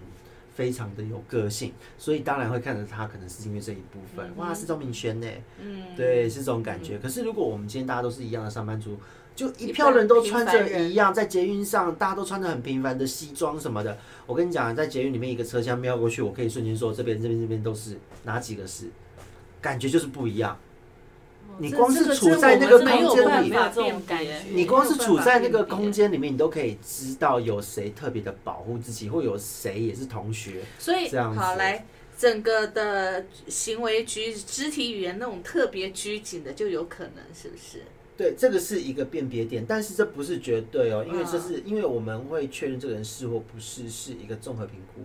Speaker 1: 非常的有个性，所以当然会看着他，可能是因为这一部分。
Speaker 4: 嗯
Speaker 1: 哇，是钟明轩呢，
Speaker 2: 嗯，
Speaker 1: 对，是这种感觉。可是如果我们今天大家都是一样的上班族，就一票人都穿
Speaker 2: 一般平凡
Speaker 1: 着
Speaker 2: 人
Speaker 1: 一样，在捷运上大家都穿着很平凡的西装什么的，我跟你讲，啊在捷运里面一个车厢瞄过去，我可以瞬间说这边、这边、这边都是哪几个是，感觉就是不一样。
Speaker 2: 哦
Speaker 1: 你光是处在那个
Speaker 2: 没有
Speaker 1: 空间
Speaker 2: 办
Speaker 1: 里
Speaker 2: 法
Speaker 4: 这种
Speaker 2: 辨
Speaker 4: 感
Speaker 2: 别
Speaker 4: 觉
Speaker 1: 你光是处在那个空，
Speaker 2: 没有办法辨别
Speaker 1: 间里面，你都可以知道有谁特别的保护自己，或有谁也是同学。
Speaker 2: 所以
Speaker 1: 这样子
Speaker 2: 好来。整个的行为举肢体语言那种特别拘谨的就有可能，是不是？
Speaker 1: 对，这个是一个辨别点，但是这不是绝对哦，因为这是、因为我们会确认这个人是或不是，是一个综合评估。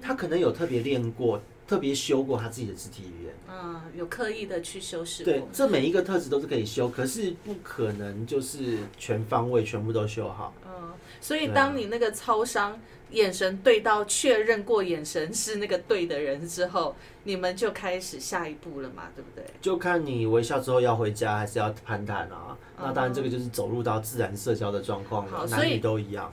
Speaker 1: 他可能有特别练过，特别修过他自己的肢体语言。
Speaker 2: 嗯，有刻意的去修饰
Speaker 1: 对
Speaker 2: 过，。
Speaker 1: 这每一个特质都是可以修，可是不可能就是全方位全部都修好。
Speaker 2: 嗯，所以
Speaker 1: 对啊
Speaker 2: 当你那个超商眼神对到确认过眼神是那个对的人之后，你们就开始下一步了嘛，对不对？
Speaker 1: 就看你微笑之后要回家，还是要攀谈啊？那当然，这个就是走入到自然社交的状况
Speaker 2: 好
Speaker 1: 了，
Speaker 2: 所
Speaker 1: 男
Speaker 2: 以
Speaker 1: 女都一样。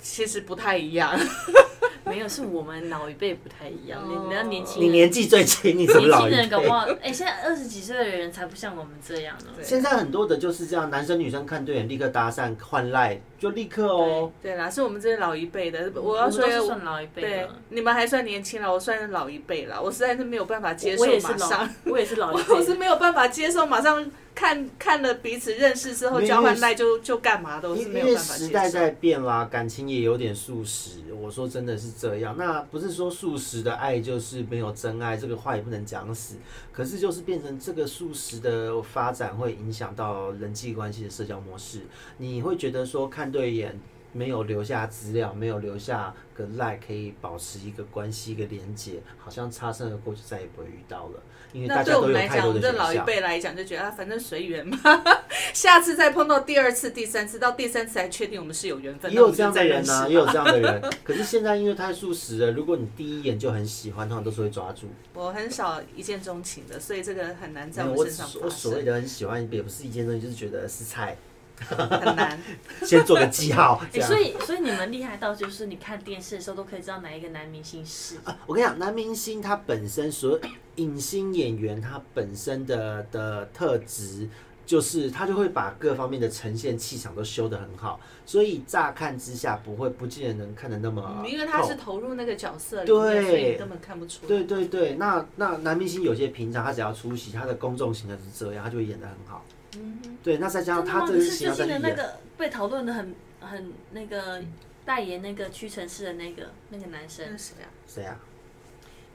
Speaker 2: 其实不太一样，
Speaker 4: [laughs] 没有，是我们老一辈不太一样，你
Speaker 2: 哦
Speaker 4: 你要年轻
Speaker 1: 你
Speaker 4: 人，
Speaker 1: 年纪最轻，你怎么
Speaker 4: 年
Speaker 1: 老
Speaker 4: 轻
Speaker 1: 一
Speaker 4: 人搞
Speaker 1: 辈
Speaker 4: 不？好，哎，现在二十几岁的人才不像我们这样呢。
Speaker 1: 现在很多的就是这样，男生女生看对眼立刻搭讪换赖，就立刻哦。
Speaker 2: 对啦，是我们这些老一辈的。我
Speaker 4: 我
Speaker 2: 要
Speaker 4: 们
Speaker 2: 说
Speaker 4: 都是算老一辈
Speaker 2: 对
Speaker 4: 的，，
Speaker 2: 你们还算年轻了，我算是老一辈了。我实在是没有办法接受
Speaker 4: 我也是
Speaker 2: 马
Speaker 4: 老
Speaker 2: [laughs] 上，，
Speaker 4: 我也是老一
Speaker 2: 我是
Speaker 4: 辈。哎
Speaker 2: 没有办法接受马上看看了彼此认识之后
Speaker 1: 没有
Speaker 2: 交
Speaker 1: 因
Speaker 2: 换
Speaker 1: 为
Speaker 2: 赖就就干嘛的，我是
Speaker 1: 因
Speaker 2: 没
Speaker 1: 因
Speaker 2: 有
Speaker 1: 为
Speaker 2: 办法
Speaker 1: 时代
Speaker 2: 接受。
Speaker 1: 在变啦，感情也有点速食。我说真的是这样，那不是说速食的爱就是没有真爱，这个话也不能讲死。可是就是变成这个速食的发展会影响到人际关系的社交模式，你会觉得说看对眼。没有留下资料，没有留下个 like 可以保持一个关系一个连接，好像擦身而过就再也不会遇到了，因为大
Speaker 2: 那
Speaker 1: 家
Speaker 2: 对我
Speaker 1: 都
Speaker 2: 们
Speaker 1: 有
Speaker 2: 来
Speaker 1: 太
Speaker 2: 讲，我
Speaker 1: 多的选
Speaker 2: 们这老一
Speaker 1: 项。
Speaker 2: 辈来讲就觉得啊，反正随缘嘛， [laughs] 下次再碰到第二次、第三次，到第三次才确定我们是有缘分，
Speaker 1: 也
Speaker 2: 那我啊
Speaker 1: 有
Speaker 2: 们
Speaker 1: 这
Speaker 2: 就
Speaker 1: 样
Speaker 2: 再
Speaker 1: 的
Speaker 2: 认
Speaker 1: 人
Speaker 2: 识
Speaker 1: 呐、
Speaker 2: 吧。
Speaker 1: 也有这样的人。可是现在因为太速食了，如果你第一眼就很喜欢，通常都是会抓住。
Speaker 2: 我很少一见钟情的，所以这个很难在
Speaker 1: 没有
Speaker 2: 我
Speaker 1: 我
Speaker 2: 们身上
Speaker 1: 所
Speaker 2: 发
Speaker 1: 我所谓
Speaker 2: 生，
Speaker 1: 的很喜欢，也不是一件东西，就是觉得是菜，
Speaker 2: 很
Speaker 1: [laughs]
Speaker 2: 难。
Speaker 1: 先做个记
Speaker 2: [laughs]
Speaker 1: 号。这
Speaker 4: 哎，
Speaker 1: 样
Speaker 4: 所以所以你们厉害到就是你看电视的时候都可以知道哪一个男明星是。
Speaker 1: 啊，我跟你讲，男明星他本身所影星演员他本身的的特质，就是他就会把各方面的呈现气场都修得很好，所以乍看之下不会不见得能看得那么
Speaker 2: 嗯
Speaker 1: 透。
Speaker 2: 因为他是投入那个角色里
Speaker 1: 啊对
Speaker 2: 面，所以你根本看不出来。
Speaker 1: 对对对，那那男明星有些平常他只要出席，他的公众形象是这样，他就会演得很好。
Speaker 4: 嗯，
Speaker 1: 对，那再加上
Speaker 4: 真的
Speaker 1: 他
Speaker 4: 吗？
Speaker 1: 这
Speaker 4: 可
Speaker 1: 个
Speaker 4: 是
Speaker 1: 形
Speaker 4: 最
Speaker 1: 象在
Speaker 4: 近的那
Speaker 1: 演，
Speaker 4: 个被讨论的很很那个代言那个屈臣氏的那个那个男生
Speaker 2: 真，是这样。
Speaker 1: 谁啊？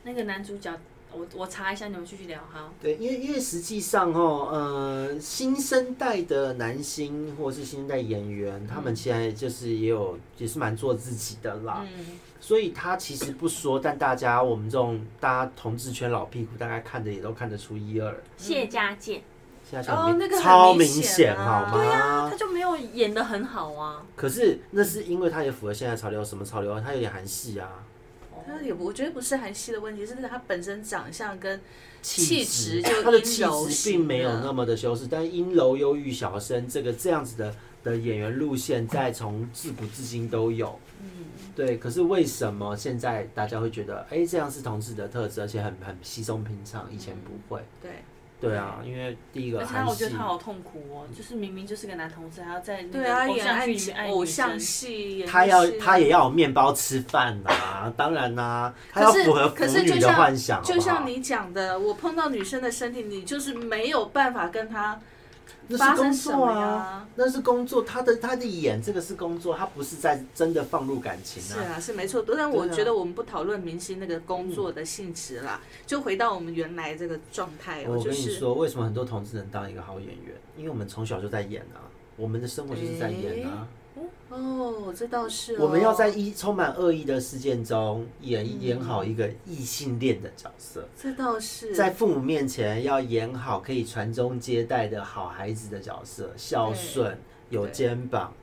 Speaker 4: 那个男主角，我我查一下，你们继续聊哈。
Speaker 1: 对，因为因为实际上哦，呃，新生代的男星或是新生代演员，他
Speaker 4: 嗯
Speaker 1: 们现在就是也有也是蛮做自己的啦。
Speaker 2: 嗯，
Speaker 1: 所以他其实不说，但大家我们这种大家同志圈老屁股，大概看的也都看得出一二。
Speaker 4: 谢家健，
Speaker 1: 现在小
Speaker 2: 哦那个很
Speaker 1: 超明
Speaker 2: 明
Speaker 1: 显
Speaker 2: 显啊
Speaker 1: 好
Speaker 4: 对啊，
Speaker 1: 吗
Speaker 4: 他？就没有演的很好啊。
Speaker 1: 可是那是因为他也符合现在潮流，什么潮流？他有点韩系啊，
Speaker 2: 他也不我觉得不是韩系的问题，是他本身长相跟
Speaker 1: 气
Speaker 2: 气质就
Speaker 1: 他的
Speaker 2: 阴
Speaker 1: 气
Speaker 2: 柔啊
Speaker 1: 质
Speaker 2: 型
Speaker 1: 并没有
Speaker 2: 的
Speaker 1: 那么的修饰，但阴柔忧郁小生这个这样子的的演员路线，在从自古至今都有。嗯，对。可是为什么现在大家会觉得，哎、这样是同志的特质，而且很很稀松平常，以前不会。
Speaker 2: 对
Speaker 1: 对啊，因为第一个
Speaker 4: 而且
Speaker 1: 韩
Speaker 4: 他，我觉
Speaker 1: 系
Speaker 4: 得他好痛苦哦，就是明明就是个男同志，还要在那
Speaker 2: 对
Speaker 4: 个
Speaker 2: 啊，
Speaker 4: 偶
Speaker 2: 演
Speaker 4: 像
Speaker 2: 爱
Speaker 4: 剧里
Speaker 2: 情
Speaker 4: 面爱
Speaker 2: 偶
Speaker 4: 女生
Speaker 2: 像戏，
Speaker 1: 他要他
Speaker 2: 也。
Speaker 1: 也要有面包吃饭呐、当然啦、他要
Speaker 2: 可是
Speaker 1: 符合腐
Speaker 2: 可是就
Speaker 1: 女的
Speaker 2: 像
Speaker 1: 幻想，
Speaker 2: 就
Speaker 1: 好
Speaker 2: 像
Speaker 1: 不好
Speaker 2: 你讲的，我碰到女生的身体，你就是没有办法跟她
Speaker 1: 那是
Speaker 2: 发
Speaker 1: 工
Speaker 2: 生什
Speaker 1: 作
Speaker 2: 么
Speaker 1: 啊，
Speaker 2: 呀。
Speaker 1: 那是工作，他的他的演这个是工作，他不是在真的放入感情
Speaker 2: 是
Speaker 1: 啊。
Speaker 2: 啊，是没错，但我
Speaker 1: 对啊
Speaker 2: 觉得我们不讨论明星那个工作的性质啦，就回到我们原来这个状态哦，
Speaker 1: 我
Speaker 2: 就
Speaker 1: 跟你
Speaker 2: 是
Speaker 1: 说，为什么很多同志能当一个好演员？因为我们从小就在演啊，我们的生活就是在演啊，
Speaker 2: 哦，这倒是、哦，
Speaker 1: 我们要在一充满恶意的事件中
Speaker 2: 嗯
Speaker 1: 演、演好一个异性恋的角色。
Speaker 2: 这倒是
Speaker 1: 在父母面前要演好可以传宗接代的好孩子的角色，孝顺有肩膀。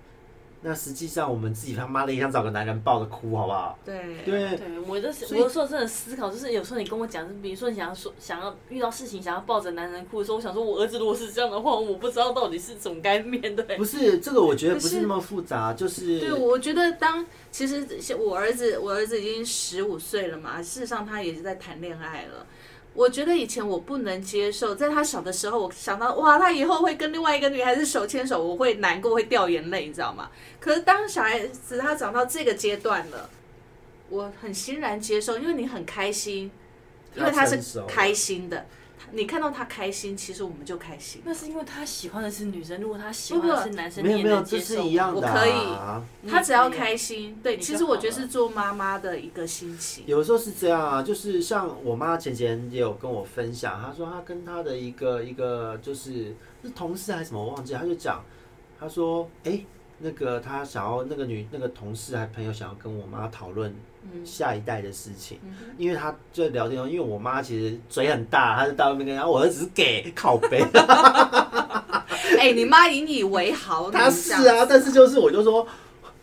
Speaker 1: 那实际上我们自己他妈的也想找个男人抱着哭，好不好？
Speaker 2: 对啊
Speaker 1: 对，
Speaker 4: 对，我就是
Speaker 1: 所以
Speaker 4: 我有时候真的思考，就是有时候你跟我讲，比如说你想要说想要遇到事情，想要抱着男人哭的时候，我想说，我儿子如果是这样的话，我不知道到底是怎么该面对。
Speaker 2: [laughs]
Speaker 1: 不是这个，我觉得不
Speaker 2: 可是
Speaker 1: 是那么复杂，就是
Speaker 2: 对，我觉得当其实像我儿子，我儿子已经十五岁了嘛，事实上他也是在谈恋爱了。我觉得以前我不能接受，在他小的时候，我想到哇，他以后会跟另外一个女孩子手牵手，我会难过，会掉眼泪，你知道吗？可是当小孩子他长到这个阶段了，我很欣然接受，因为你很开心，因为他
Speaker 1: 成熟
Speaker 2: 是
Speaker 1: 了
Speaker 2: 开心的，你看到他开心，其实我们就开心。
Speaker 4: 那是因为他喜欢的是女生，如果他喜欢的是男生，
Speaker 1: 没有
Speaker 4: 你
Speaker 1: 没
Speaker 4: 也
Speaker 1: 有，
Speaker 4: 能
Speaker 1: 这
Speaker 4: 接
Speaker 1: 是
Speaker 4: 受。
Speaker 1: 一样的、啊。
Speaker 2: 我可以他只要开心，对，
Speaker 4: 你
Speaker 2: 其
Speaker 4: 就
Speaker 2: 实我
Speaker 4: 好
Speaker 2: 觉得
Speaker 4: 了
Speaker 2: 是做妈妈的一个心情。
Speaker 1: 有的时候是这样啊，就是像我妈前几天也有跟我分享，她说她跟她的一个一个就是是同事还是什么，我忘记了，她就讲，她说哎、诶那个她想要那个女那个同事还朋友想要跟我妈讨论
Speaker 2: 嗯
Speaker 1: 下一代的事情，因为她就聊天，因为我妈其实嘴很大，她就到外面跟人家我儿子是 gay 靠背，
Speaker 2: [laughs] 哎、你妈引以为豪，我跟你
Speaker 1: 她
Speaker 2: 讲
Speaker 1: 是啊，但是就是我就说。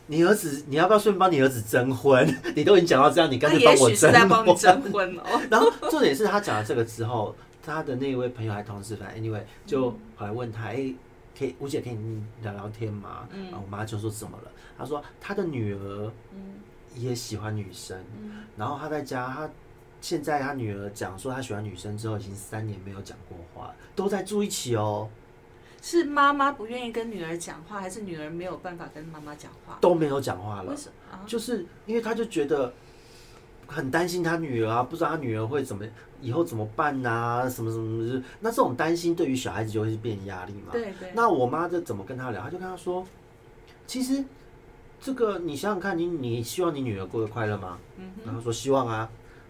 Speaker 1: 你儿子，你要不要顺便帮你儿子征婚？ [laughs] 你都已经讲到这样，你干
Speaker 2: 那
Speaker 1: 脆帮
Speaker 2: 啊也
Speaker 1: 我
Speaker 2: 许
Speaker 1: 征
Speaker 2: 是在帮你
Speaker 1: 婚。
Speaker 2: 征婚 [laughs] 哦。
Speaker 1: [laughs] 然后重点是他讲了这个之后，他的那位朋友还同事，反正 anyway 就跑来问他，哎、可以吴姐可以聊聊天吗？嗯，我妈就说怎么了？她说她的女儿，
Speaker 2: 嗯
Speaker 1: 也喜欢女生，然后她在家，她现在她女儿讲说她喜欢女生之后，已经三年没有讲过话，都在住一起哦，
Speaker 2: 是妈妈不愿意跟女儿讲话，还是女儿没有办法跟妈妈讲话？
Speaker 1: 都没有讲话了
Speaker 2: 为。什么？啊
Speaker 1: 就是因为他就觉得很担心他女儿啊，不知道他女儿会怎么以后怎么办呐、什么什么什么，那这种担心对于小孩子就会变压力嘛。
Speaker 2: 对对，
Speaker 1: 那我妈就怎么跟他聊？她就跟他说，其实这个你想想看，你你希望你女儿过得快乐吗？嗯，然后说希望啊。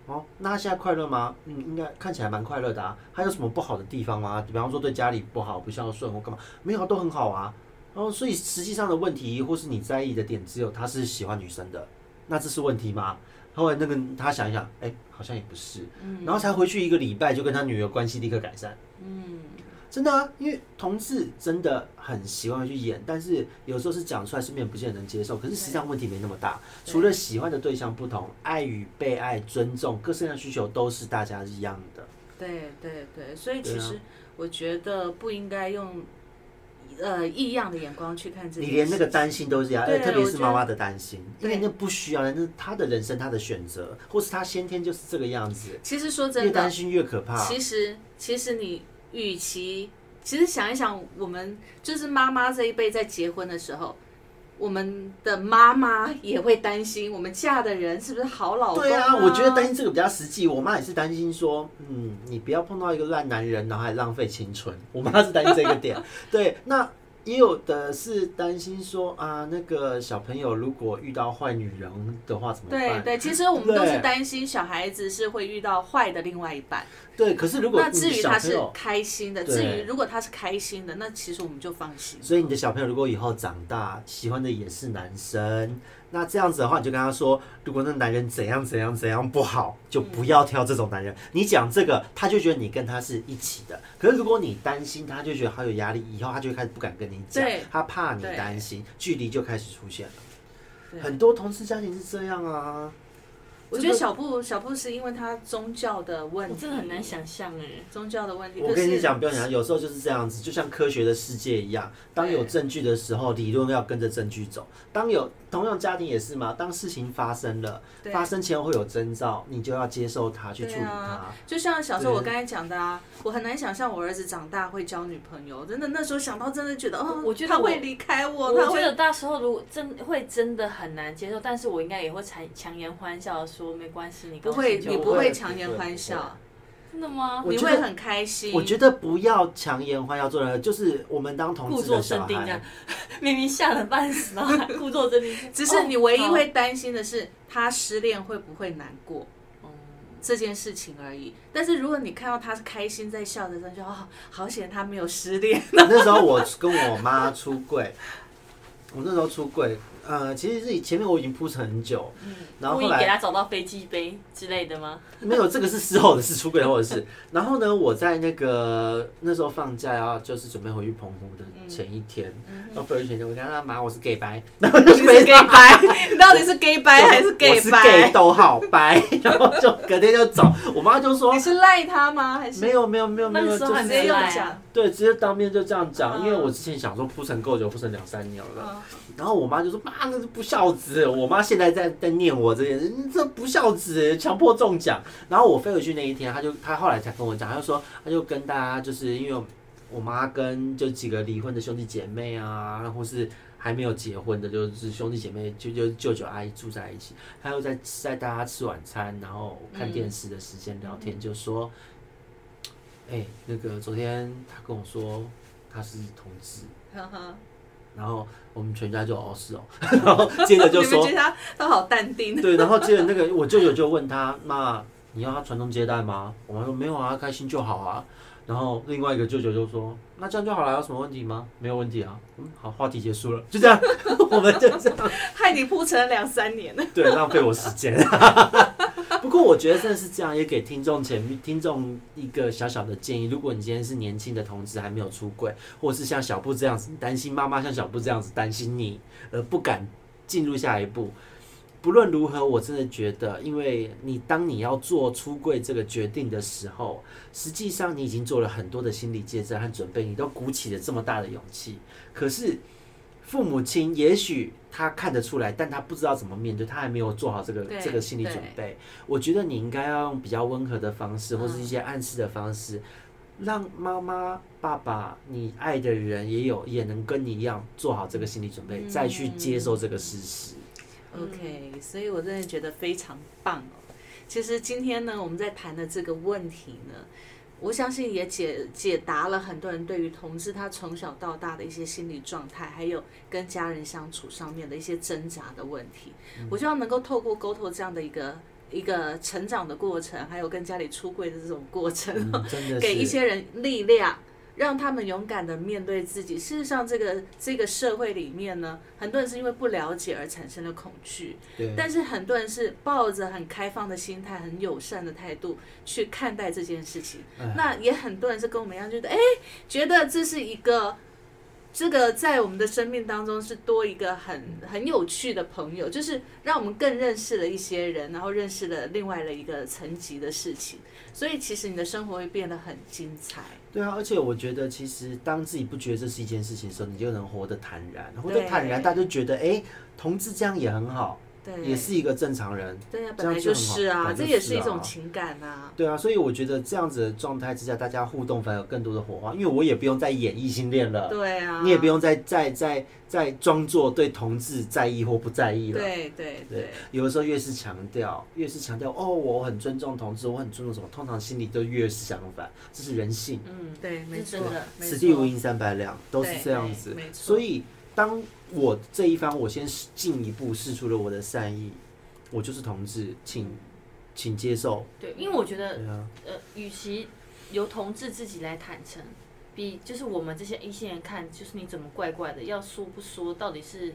Speaker 1: 哦，那她现在快乐吗？嗯，应该看起来蛮快乐的啊。她有什么不好的地方吗？比方说对家里不好、不孝顺或干嘛？没有啊，都很好啊。哦，所以实际上的问题或是你在意的点，只有他是喜欢女生的，那这是问题吗？后来那个他想一想，哎、好像也不是，
Speaker 2: 嗯
Speaker 1: 然后才回去一个礼拜就跟他女儿关系立刻改善。
Speaker 4: 嗯，
Speaker 1: 真的啊，因为同志真的很习惯去演，但是有时候是讲出来，身边人不见得能接受。可是实际上问题没那么大，
Speaker 4: 对
Speaker 1: 除了喜欢的对象不同，爱与被爱、尊重，各式各样的需求都是大家一样的。
Speaker 2: 对对对，所以
Speaker 1: 对
Speaker 2: 其
Speaker 1: 啊
Speaker 2: 实我觉得不应该用呃异样的眼光去看这件
Speaker 1: 你
Speaker 2: 事。
Speaker 1: 连那个担心都是要，
Speaker 2: 对
Speaker 1: 特别
Speaker 2: 我
Speaker 1: 是
Speaker 2: 觉得
Speaker 1: 妈妈的担心，因
Speaker 2: 对
Speaker 1: 为那不需要，那是她的人生，她的选择，或是她先天就是这个样子，
Speaker 2: 其实说
Speaker 1: 越
Speaker 2: 真
Speaker 1: 担
Speaker 2: 的，
Speaker 1: 心越可怕。
Speaker 2: 其实其实你与其其实想一想，我们就是妈妈这一辈在结婚的时候。我们的妈妈也会担心，我们嫁的人是不是好老公、
Speaker 1: 对
Speaker 2: 啊，
Speaker 1: 啊，我觉得担心这个比较实际。我妈也是担心说，嗯，你不要碰到一个烂男人，然后还浪费青春。我妈是担心这个
Speaker 2: [laughs]
Speaker 1: 点。对，那也有的是担心说啊，那个小朋友如果遇到坏女人的话怎么
Speaker 2: 对
Speaker 1: 办？
Speaker 2: 对，其实我们都是
Speaker 1: 对
Speaker 2: 担心小孩子是会遇到坏的另外一半。
Speaker 1: 对可是如果
Speaker 2: 那
Speaker 1: 你
Speaker 2: 至
Speaker 1: 的
Speaker 2: 于
Speaker 1: 小
Speaker 2: 他
Speaker 1: 朋
Speaker 2: 是
Speaker 1: 友，
Speaker 2: 开心的，
Speaker 1: 对
Speaker 2: 至于如果他是开心的，那其实我们就放心。
Speaker 1: 所以你的小朋友如果以后长大喜欢的也是男生，那这样子的话，你就跟他说，如果那男人怎样怎样怎样不好，就不要挑这种男人。你讲这个，他就觉得你跟他是一起的。可是如果你担心，他就觉得好有压力，以后他就会开始不敢跟你讲
Speaker 2: 对，
Speaker 1: 他怕你
Speaker 2: 对
Speaker 1: 担心，距离就开始出现了。
Speaker 2: 对
Speaker 1: 很多同事家庭是这样啊，
Speaker 2: 我觉得小布小布是因为他宗教的问
Speaker 4: 我
Speaker 2: 题，
Speaker 4: 真的很难想象哎、
Speaker 2: 宗教的问题。
Speaker 1: 我
Speaker 2: 可
Speaker 1: 跟你
Speaker 2: 是
Speaker 1: 讲，不要讲，有时候就是这样子，就像科学的世界一样，当有
Speaker 2: 对
Speaker 1: 证据的时候，理论要跟着证据走。当有同样家庭也是嘛，当事情发生了，
Speaker 2: 对
Speaker 1: 发生前会有征兆，你就要接受它，去
Speaker 2: 对
Speaker 1: 处理它
Speaker 2: 啊。就像小时候
Speaker 1: 对
Speaker 2: 我刚才讲的啊，我很难想象我儿子长大会交女朋友。真的那时候想到，真的觉得哦，
Speaker 4: 我觉得
Speaker 2: 他
Speaker 4: 我
Speaker 2: 会离开我，
Speaker 4: 我
Speaker 2: 他
Speaker 4: 觉
Speaker 2: 会
Speaker 4: 得到时候如果真会真的很难接受，但是我应该也会强强颜欢笑地说没关系，你
Speaker 2: 不
Speaker 4: 高
Speaker 2: 会，
Speaker 4: 兴就
Speaker 2: 你
Speaker 4: 好
Speaker 2: 不会
Speaker 1: 不
Speaker 2: 强颜
Speaker 1: 会
Speaker 2: 欢
Speaker 1: 不
Speaker 2: 笑，
Speaker 4: 真的吗？
Speaker 1: 我
Speaker 2: 你
Speaker 1: 觉
Speaker 2: 会
Speaker 1: 得
Speaker 2: 很开心。
Speaker 1: 我觉得不要强颜欢笑做人，就是我们当同
Speaker 4: 故
Speaker 1: 志的
Speaker 4: 作
Speaker 1: 小
Speaker 4: 镇定这样
Speaker 2: 啊
Speaker 1: 孩，，
Speaker 4: [laughs] 明明吓得半死，然后还故作镇定。
Speaker 2: [laughs] 只是你唯一
Speaker 4: 哦
Speaker 2: 会担心的是他失恋会不会难过。
Speaker 4: 好
Speaker 2: 这件事情而已。但是如果你看到他是开心在笑的时候，就哦，好险他没有失恋。
Speaker 1: 那时候我跟我妈出柜，我那时候出柜，呃，其实自己前面我已经铺陈很久，
Speaker 2: 嗯
Speaker 1: 然后
Speaker 4: 故
Speaker 1: 后
Speaker 4: 意给
Speaker 1: 来
Speaker 4: 他找到飞机杯之类的吗？
Speaker 1: 没有，这个是事后的事，出轨后的事。 [laughs] 然后呢，我在那个那时候放假啊，就是准备回去澎湖的前一天，然后回去前一天，我跟他妈我是 gay
Speaker 2: [laughs]
Speaker 1: 白，然 [laughs] 后就
Speaker 2: 嗯你
Speaker 1: 没
Speaker 2: 是 gay 白，你到底是 gay 白还是
Speaker 1: 我
Speaker 2: gay
Speaker 1: 是 gay
Speaker 2: 白？
Speaker 1: 都好白， [laughs] 然后就隔天就走。我妈就
Speaker 2: [laughs]
Speaker 1: 说
Speaker 2: 你是赖他吗？还是
Speaker 1: 没有没有没有没
Speaker 4: 那
Speaker 1: 有，
Speaker 4: 时
Speaker 1: 就
Speaker 4: 候还
Speaker 2: 直
Speaker 1: 是
Speaker 2: 接
Speaker 4: 没
Speaker 2: 用
Speaker 4: 赖
Speaker 2: 讲
Speaker 4: 啊？
Speaker 1: 对，直接当面就这样讲，
Speaker 2: 嗯
Speaker 1: 因为我之前想说铺陈够久，铺陈两三年了。
Speaker 2: 嗯
Speaker 1: 然后我妈就说：“妈，那是不孝子！”我妈现在在在念我这件事，你这不孝子，强迫中奖。然后我飞回去那一天，她就她后来才跟我讲，她就说，她就跟大家就是因为我妈跟就几个离婚的兄弟姐妹啊，或是还没有结婚的，就是兄弟姐妹就就舅舅阿姨住在一起，她又在在大家吃晚餐，然后看电视的时间聊天，就说，哎、那个昨天她跟我说她是同志。
Speaker 2: 呵呵
Speaker 1: 然后我们全家就哦是哦， [laughs] 然后接着就
Speaker 2: [laughs] 你们
Speaker 1: 说
Speaker 2: 觉得他他好淡定。
Speaker 1: 对，然后接着那个我舅舅就问他，那你要他传宗接代吗？我妈说没有啊，开心就好啊。然后另外一个舅舅就说，那这样就好了，有什么问题吗？没有问题啊。嗯，好，话题结束了，就这样， [laughs] 我们就这样，
Speaker 2: [laughs] 害你铺陈了两三年。
Speaker 1: 对，浪费我时间。 [laughs] 不过我觉得真的是这样，也给听众前面听众一个小小的建议：如果你今天是年轻的同志还没有出柜，或是像小布这样子担心妈妈，像小布这样子担心你，而不敢进入下一步，不论如何，我真的觉得，因为你当你要做出柜这个决定的时候，实际上你已经做了很多的心理建设和准备，你都鼓起了这么大的勇气，可是。父母亲也许他看得出来，但他不知道怎么面对，他还没有做好这个
Speaker 2: 对
Speaker 1: 这个心理准
Speaker 2: 对
Speaker 1: 备。我觉得你应该要用比较温和的方式，
Speaker 2: 嗯
Speaker 1: 或是一些暗示的方式，让妈妈、爸爸、你爱的人也有，也能跟你一样做好这个心理准备，再去
Speaker 2: 嗯
Speaker 1: 接受这个事实。
Speaker 2: [laughs] OK，所以我真的觉得非常棒哦。其实今天呢，我们在谈的这个问题呢，我相信也解解答了很多人对于同志他从小到大的一些心理状态，还有跟家人相处上面的一些挣扎的问题。我希望能够透过沟通这样的一个一个成长的过程，还有跟家里出柜的这种过程，
Speaker 1: 嗯，真的是
Speaker 2: 给一些人力量，让他们勇敢的面对自己。事实上，这个这个社会里面呢，很多人是因为不了解而产生了恐惧，
Speaker 1: 对，
Speaker 2: 但是很多人是抱着很开放的心态、很友善的态度去看待这件事情。
Speaker 1: 哎
Speaker 2: 那也很多人是跟我们一样，觉得哎，觉得这是一个。这个在我们的生命当中是多一个很很有趣的朋友，就是让我们更认识了一些人，然后认识了另外的一个层级的事情，所以其实你的生活会变得很精彩。
Speaker 1: 对啊，而且我觉得，其实当自己不觉得这是一件事情的时候，你就能活得坦然，活得坦然，
Speaker 2: 对
Speaker 1: 大家就觉得，哎、同志这样也很好，
Speaker 2: 对，
Speaker 1: 也是一个正常人。
Speaker 2: 对呀、
Speaker 1: 这
Speaker 2: 本
Speaker 1: 样
Speaker 2: 来
Speaker 1: 就是很好
Speaker 2: 啊，
Speaker 1: 本来
Speaker 2: 这
Speaker 1: 就
Speaker 2: 也
Speaker 1: 是
Speaker 2: 是一种
Speaker 1: 啊
Speaker 2: 情感啊。
Speaker 1: 对啊，所以我觉得这样子的状态之下，大家互动反而有更多的火花，因为我也不用再演异性恋了，
Speaker 2: 对啊，
Speaker 1: 呃你也不用再再再再装作对同志在意或不在意了。
Speaker 2: 对对
Speaker 1: 对
Speaker 2: 对，
Speaker 1: 有的时候越是强调，越是强调哦，我很尊重同志，我很尊重什么，通常心里都越是相反，这是人性。
Speaker 4: 嗯，
Speaker 2: 对，没
Speaker 4: 是
Speaker 2: 错
Speaker 4: 真的，
Speaker 2: 没
Speaker 1: 此地
Speaker 2: 错
Speaker 1: 无银三百两，都是
Speaker 2: 对
Speaker 1: 这样子
Speaker 2: 对没。错
Speaker 1: 所以，当我这一方，我先进一步试出了我的善意，我就是同志，请请接受。
Speaker 4: 对，因为我觉得
Speaker 1: 对啊，
Speaker 4: 呃，与其由同志自己来坦诚，比就是我们这些一线人看，就是你怎么怪怪的，要说不说，到底是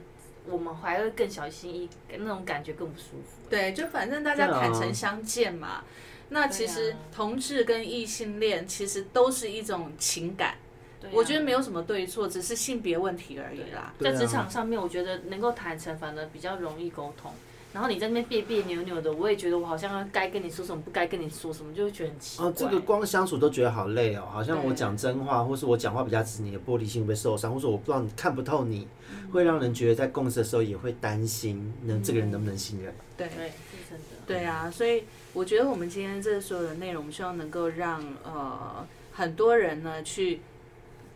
Speaker 4: 我们还会更小心翼翼，那种感觉更不舒服。
Speaker 2: 对，就反正大家
Speaker 1: 对啊
Speaker 2: 坦诚相见嘛。那其
Speaker 4: 对
Speaker 2: 实
Speaker 4: 啊
Speaker 2: 同志跟异性恋其实都是一种情感，
Speaker 4: 对啊
Speaker 2: 我觉得没有什么对错，只是性别问题而已啦。
Speaker 1: 对啊
Speaker 4: 在职场上面，我觉得能够坦诚反而比较容易沟通。然后你在那边别别扭扭的，我也觉得我好像该跟你说什么，不该跟你说什么，就会觉得很奇怪。
Speaker 1: 哦，这个光相处都觉得好累哦，好像我
Speaker 4: 对
Speaker 1: 讲真话，或是我讲话比较直，你的玻璃心会被受伤，或是我不知道你看不透你，
Speaker 2: 嗯
Speaker 1: 会让人觉得在共事的时候也会担心，能这个人能不能信任？
Speaker 2: 对
Speaker 4: 对，是真的。
Speaker 2: 对啊，所以我觉得我们今天这所有的内容，我们希望能够让呃很多人呢去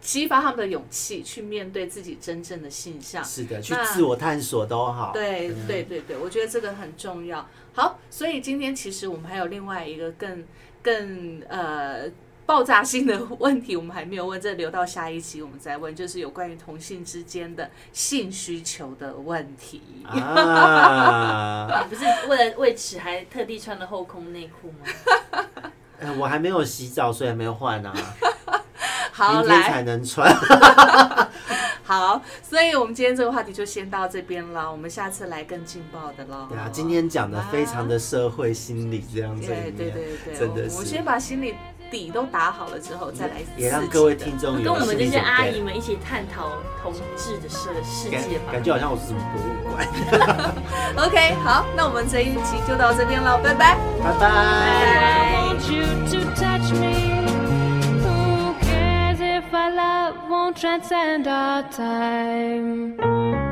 Speaker 2: 激发他们的勇气，去面对自己真正的性向。
Speaker 1: 是的，去
Speaker 2: 嗯那
Speaker 1: 自我探索都好。嗯
Speaker 2: 对对对对，我觉得这个很重要。好，所以今天其实我们还有另外一个更更呃爆炸性的问题，我们还没有问，这留到下一集我们再问，就是有关于同性之间的性需求的问题。
Speaker 1: 啊。 [laughs]
Speaker 4: 你不是为了为此还特地穿了后空内裤
Speaker 1: 哦
Speaker 4: 吗？
Speaker 1: 哎，我还没有洗澡，所以还没有换啊，
Speaker 2: [laughs] 好，
Speaker 1: 明天
Speaker 2: 来，
Speaker 1: 才能
Speaker 2: [laughs]
Speaker 1: 穿。
Speaker 2: 好，所以我们今天这个话题就先到这边了，我们下次来更劲爆的喽。
Speaker 1: 对啊，今天讲的非常的社会心理这样子，
Speaker 2: 对哎对对对，
Speaker 1: 真的
Speaker 2: 我们
Speaker 1: 是
Speaker 2: 先把心里底都打好了之后再来，
Speaker 1: 也让各位。听众有
Speaker 4: 跟我们
Speaker 1: 心
Speaker 4: 这
Speaker 1: 理
Speaker 4: 些
Speaker 1: 准备
Speaker 4: 阿姨们一起探讨同志的世世
Speaker 1: 感
Speaker 4: 界吧。
Speaker 1: 感觉好像我是什么博物馆。
Speaker 2: OK，好，那我们这一集就到这边了，拜拜。
Speaker 1: 拜拜。
Speaker 4: 拜。
Speaker 3: want you to touch me. Who cares if our love won't transcend our time?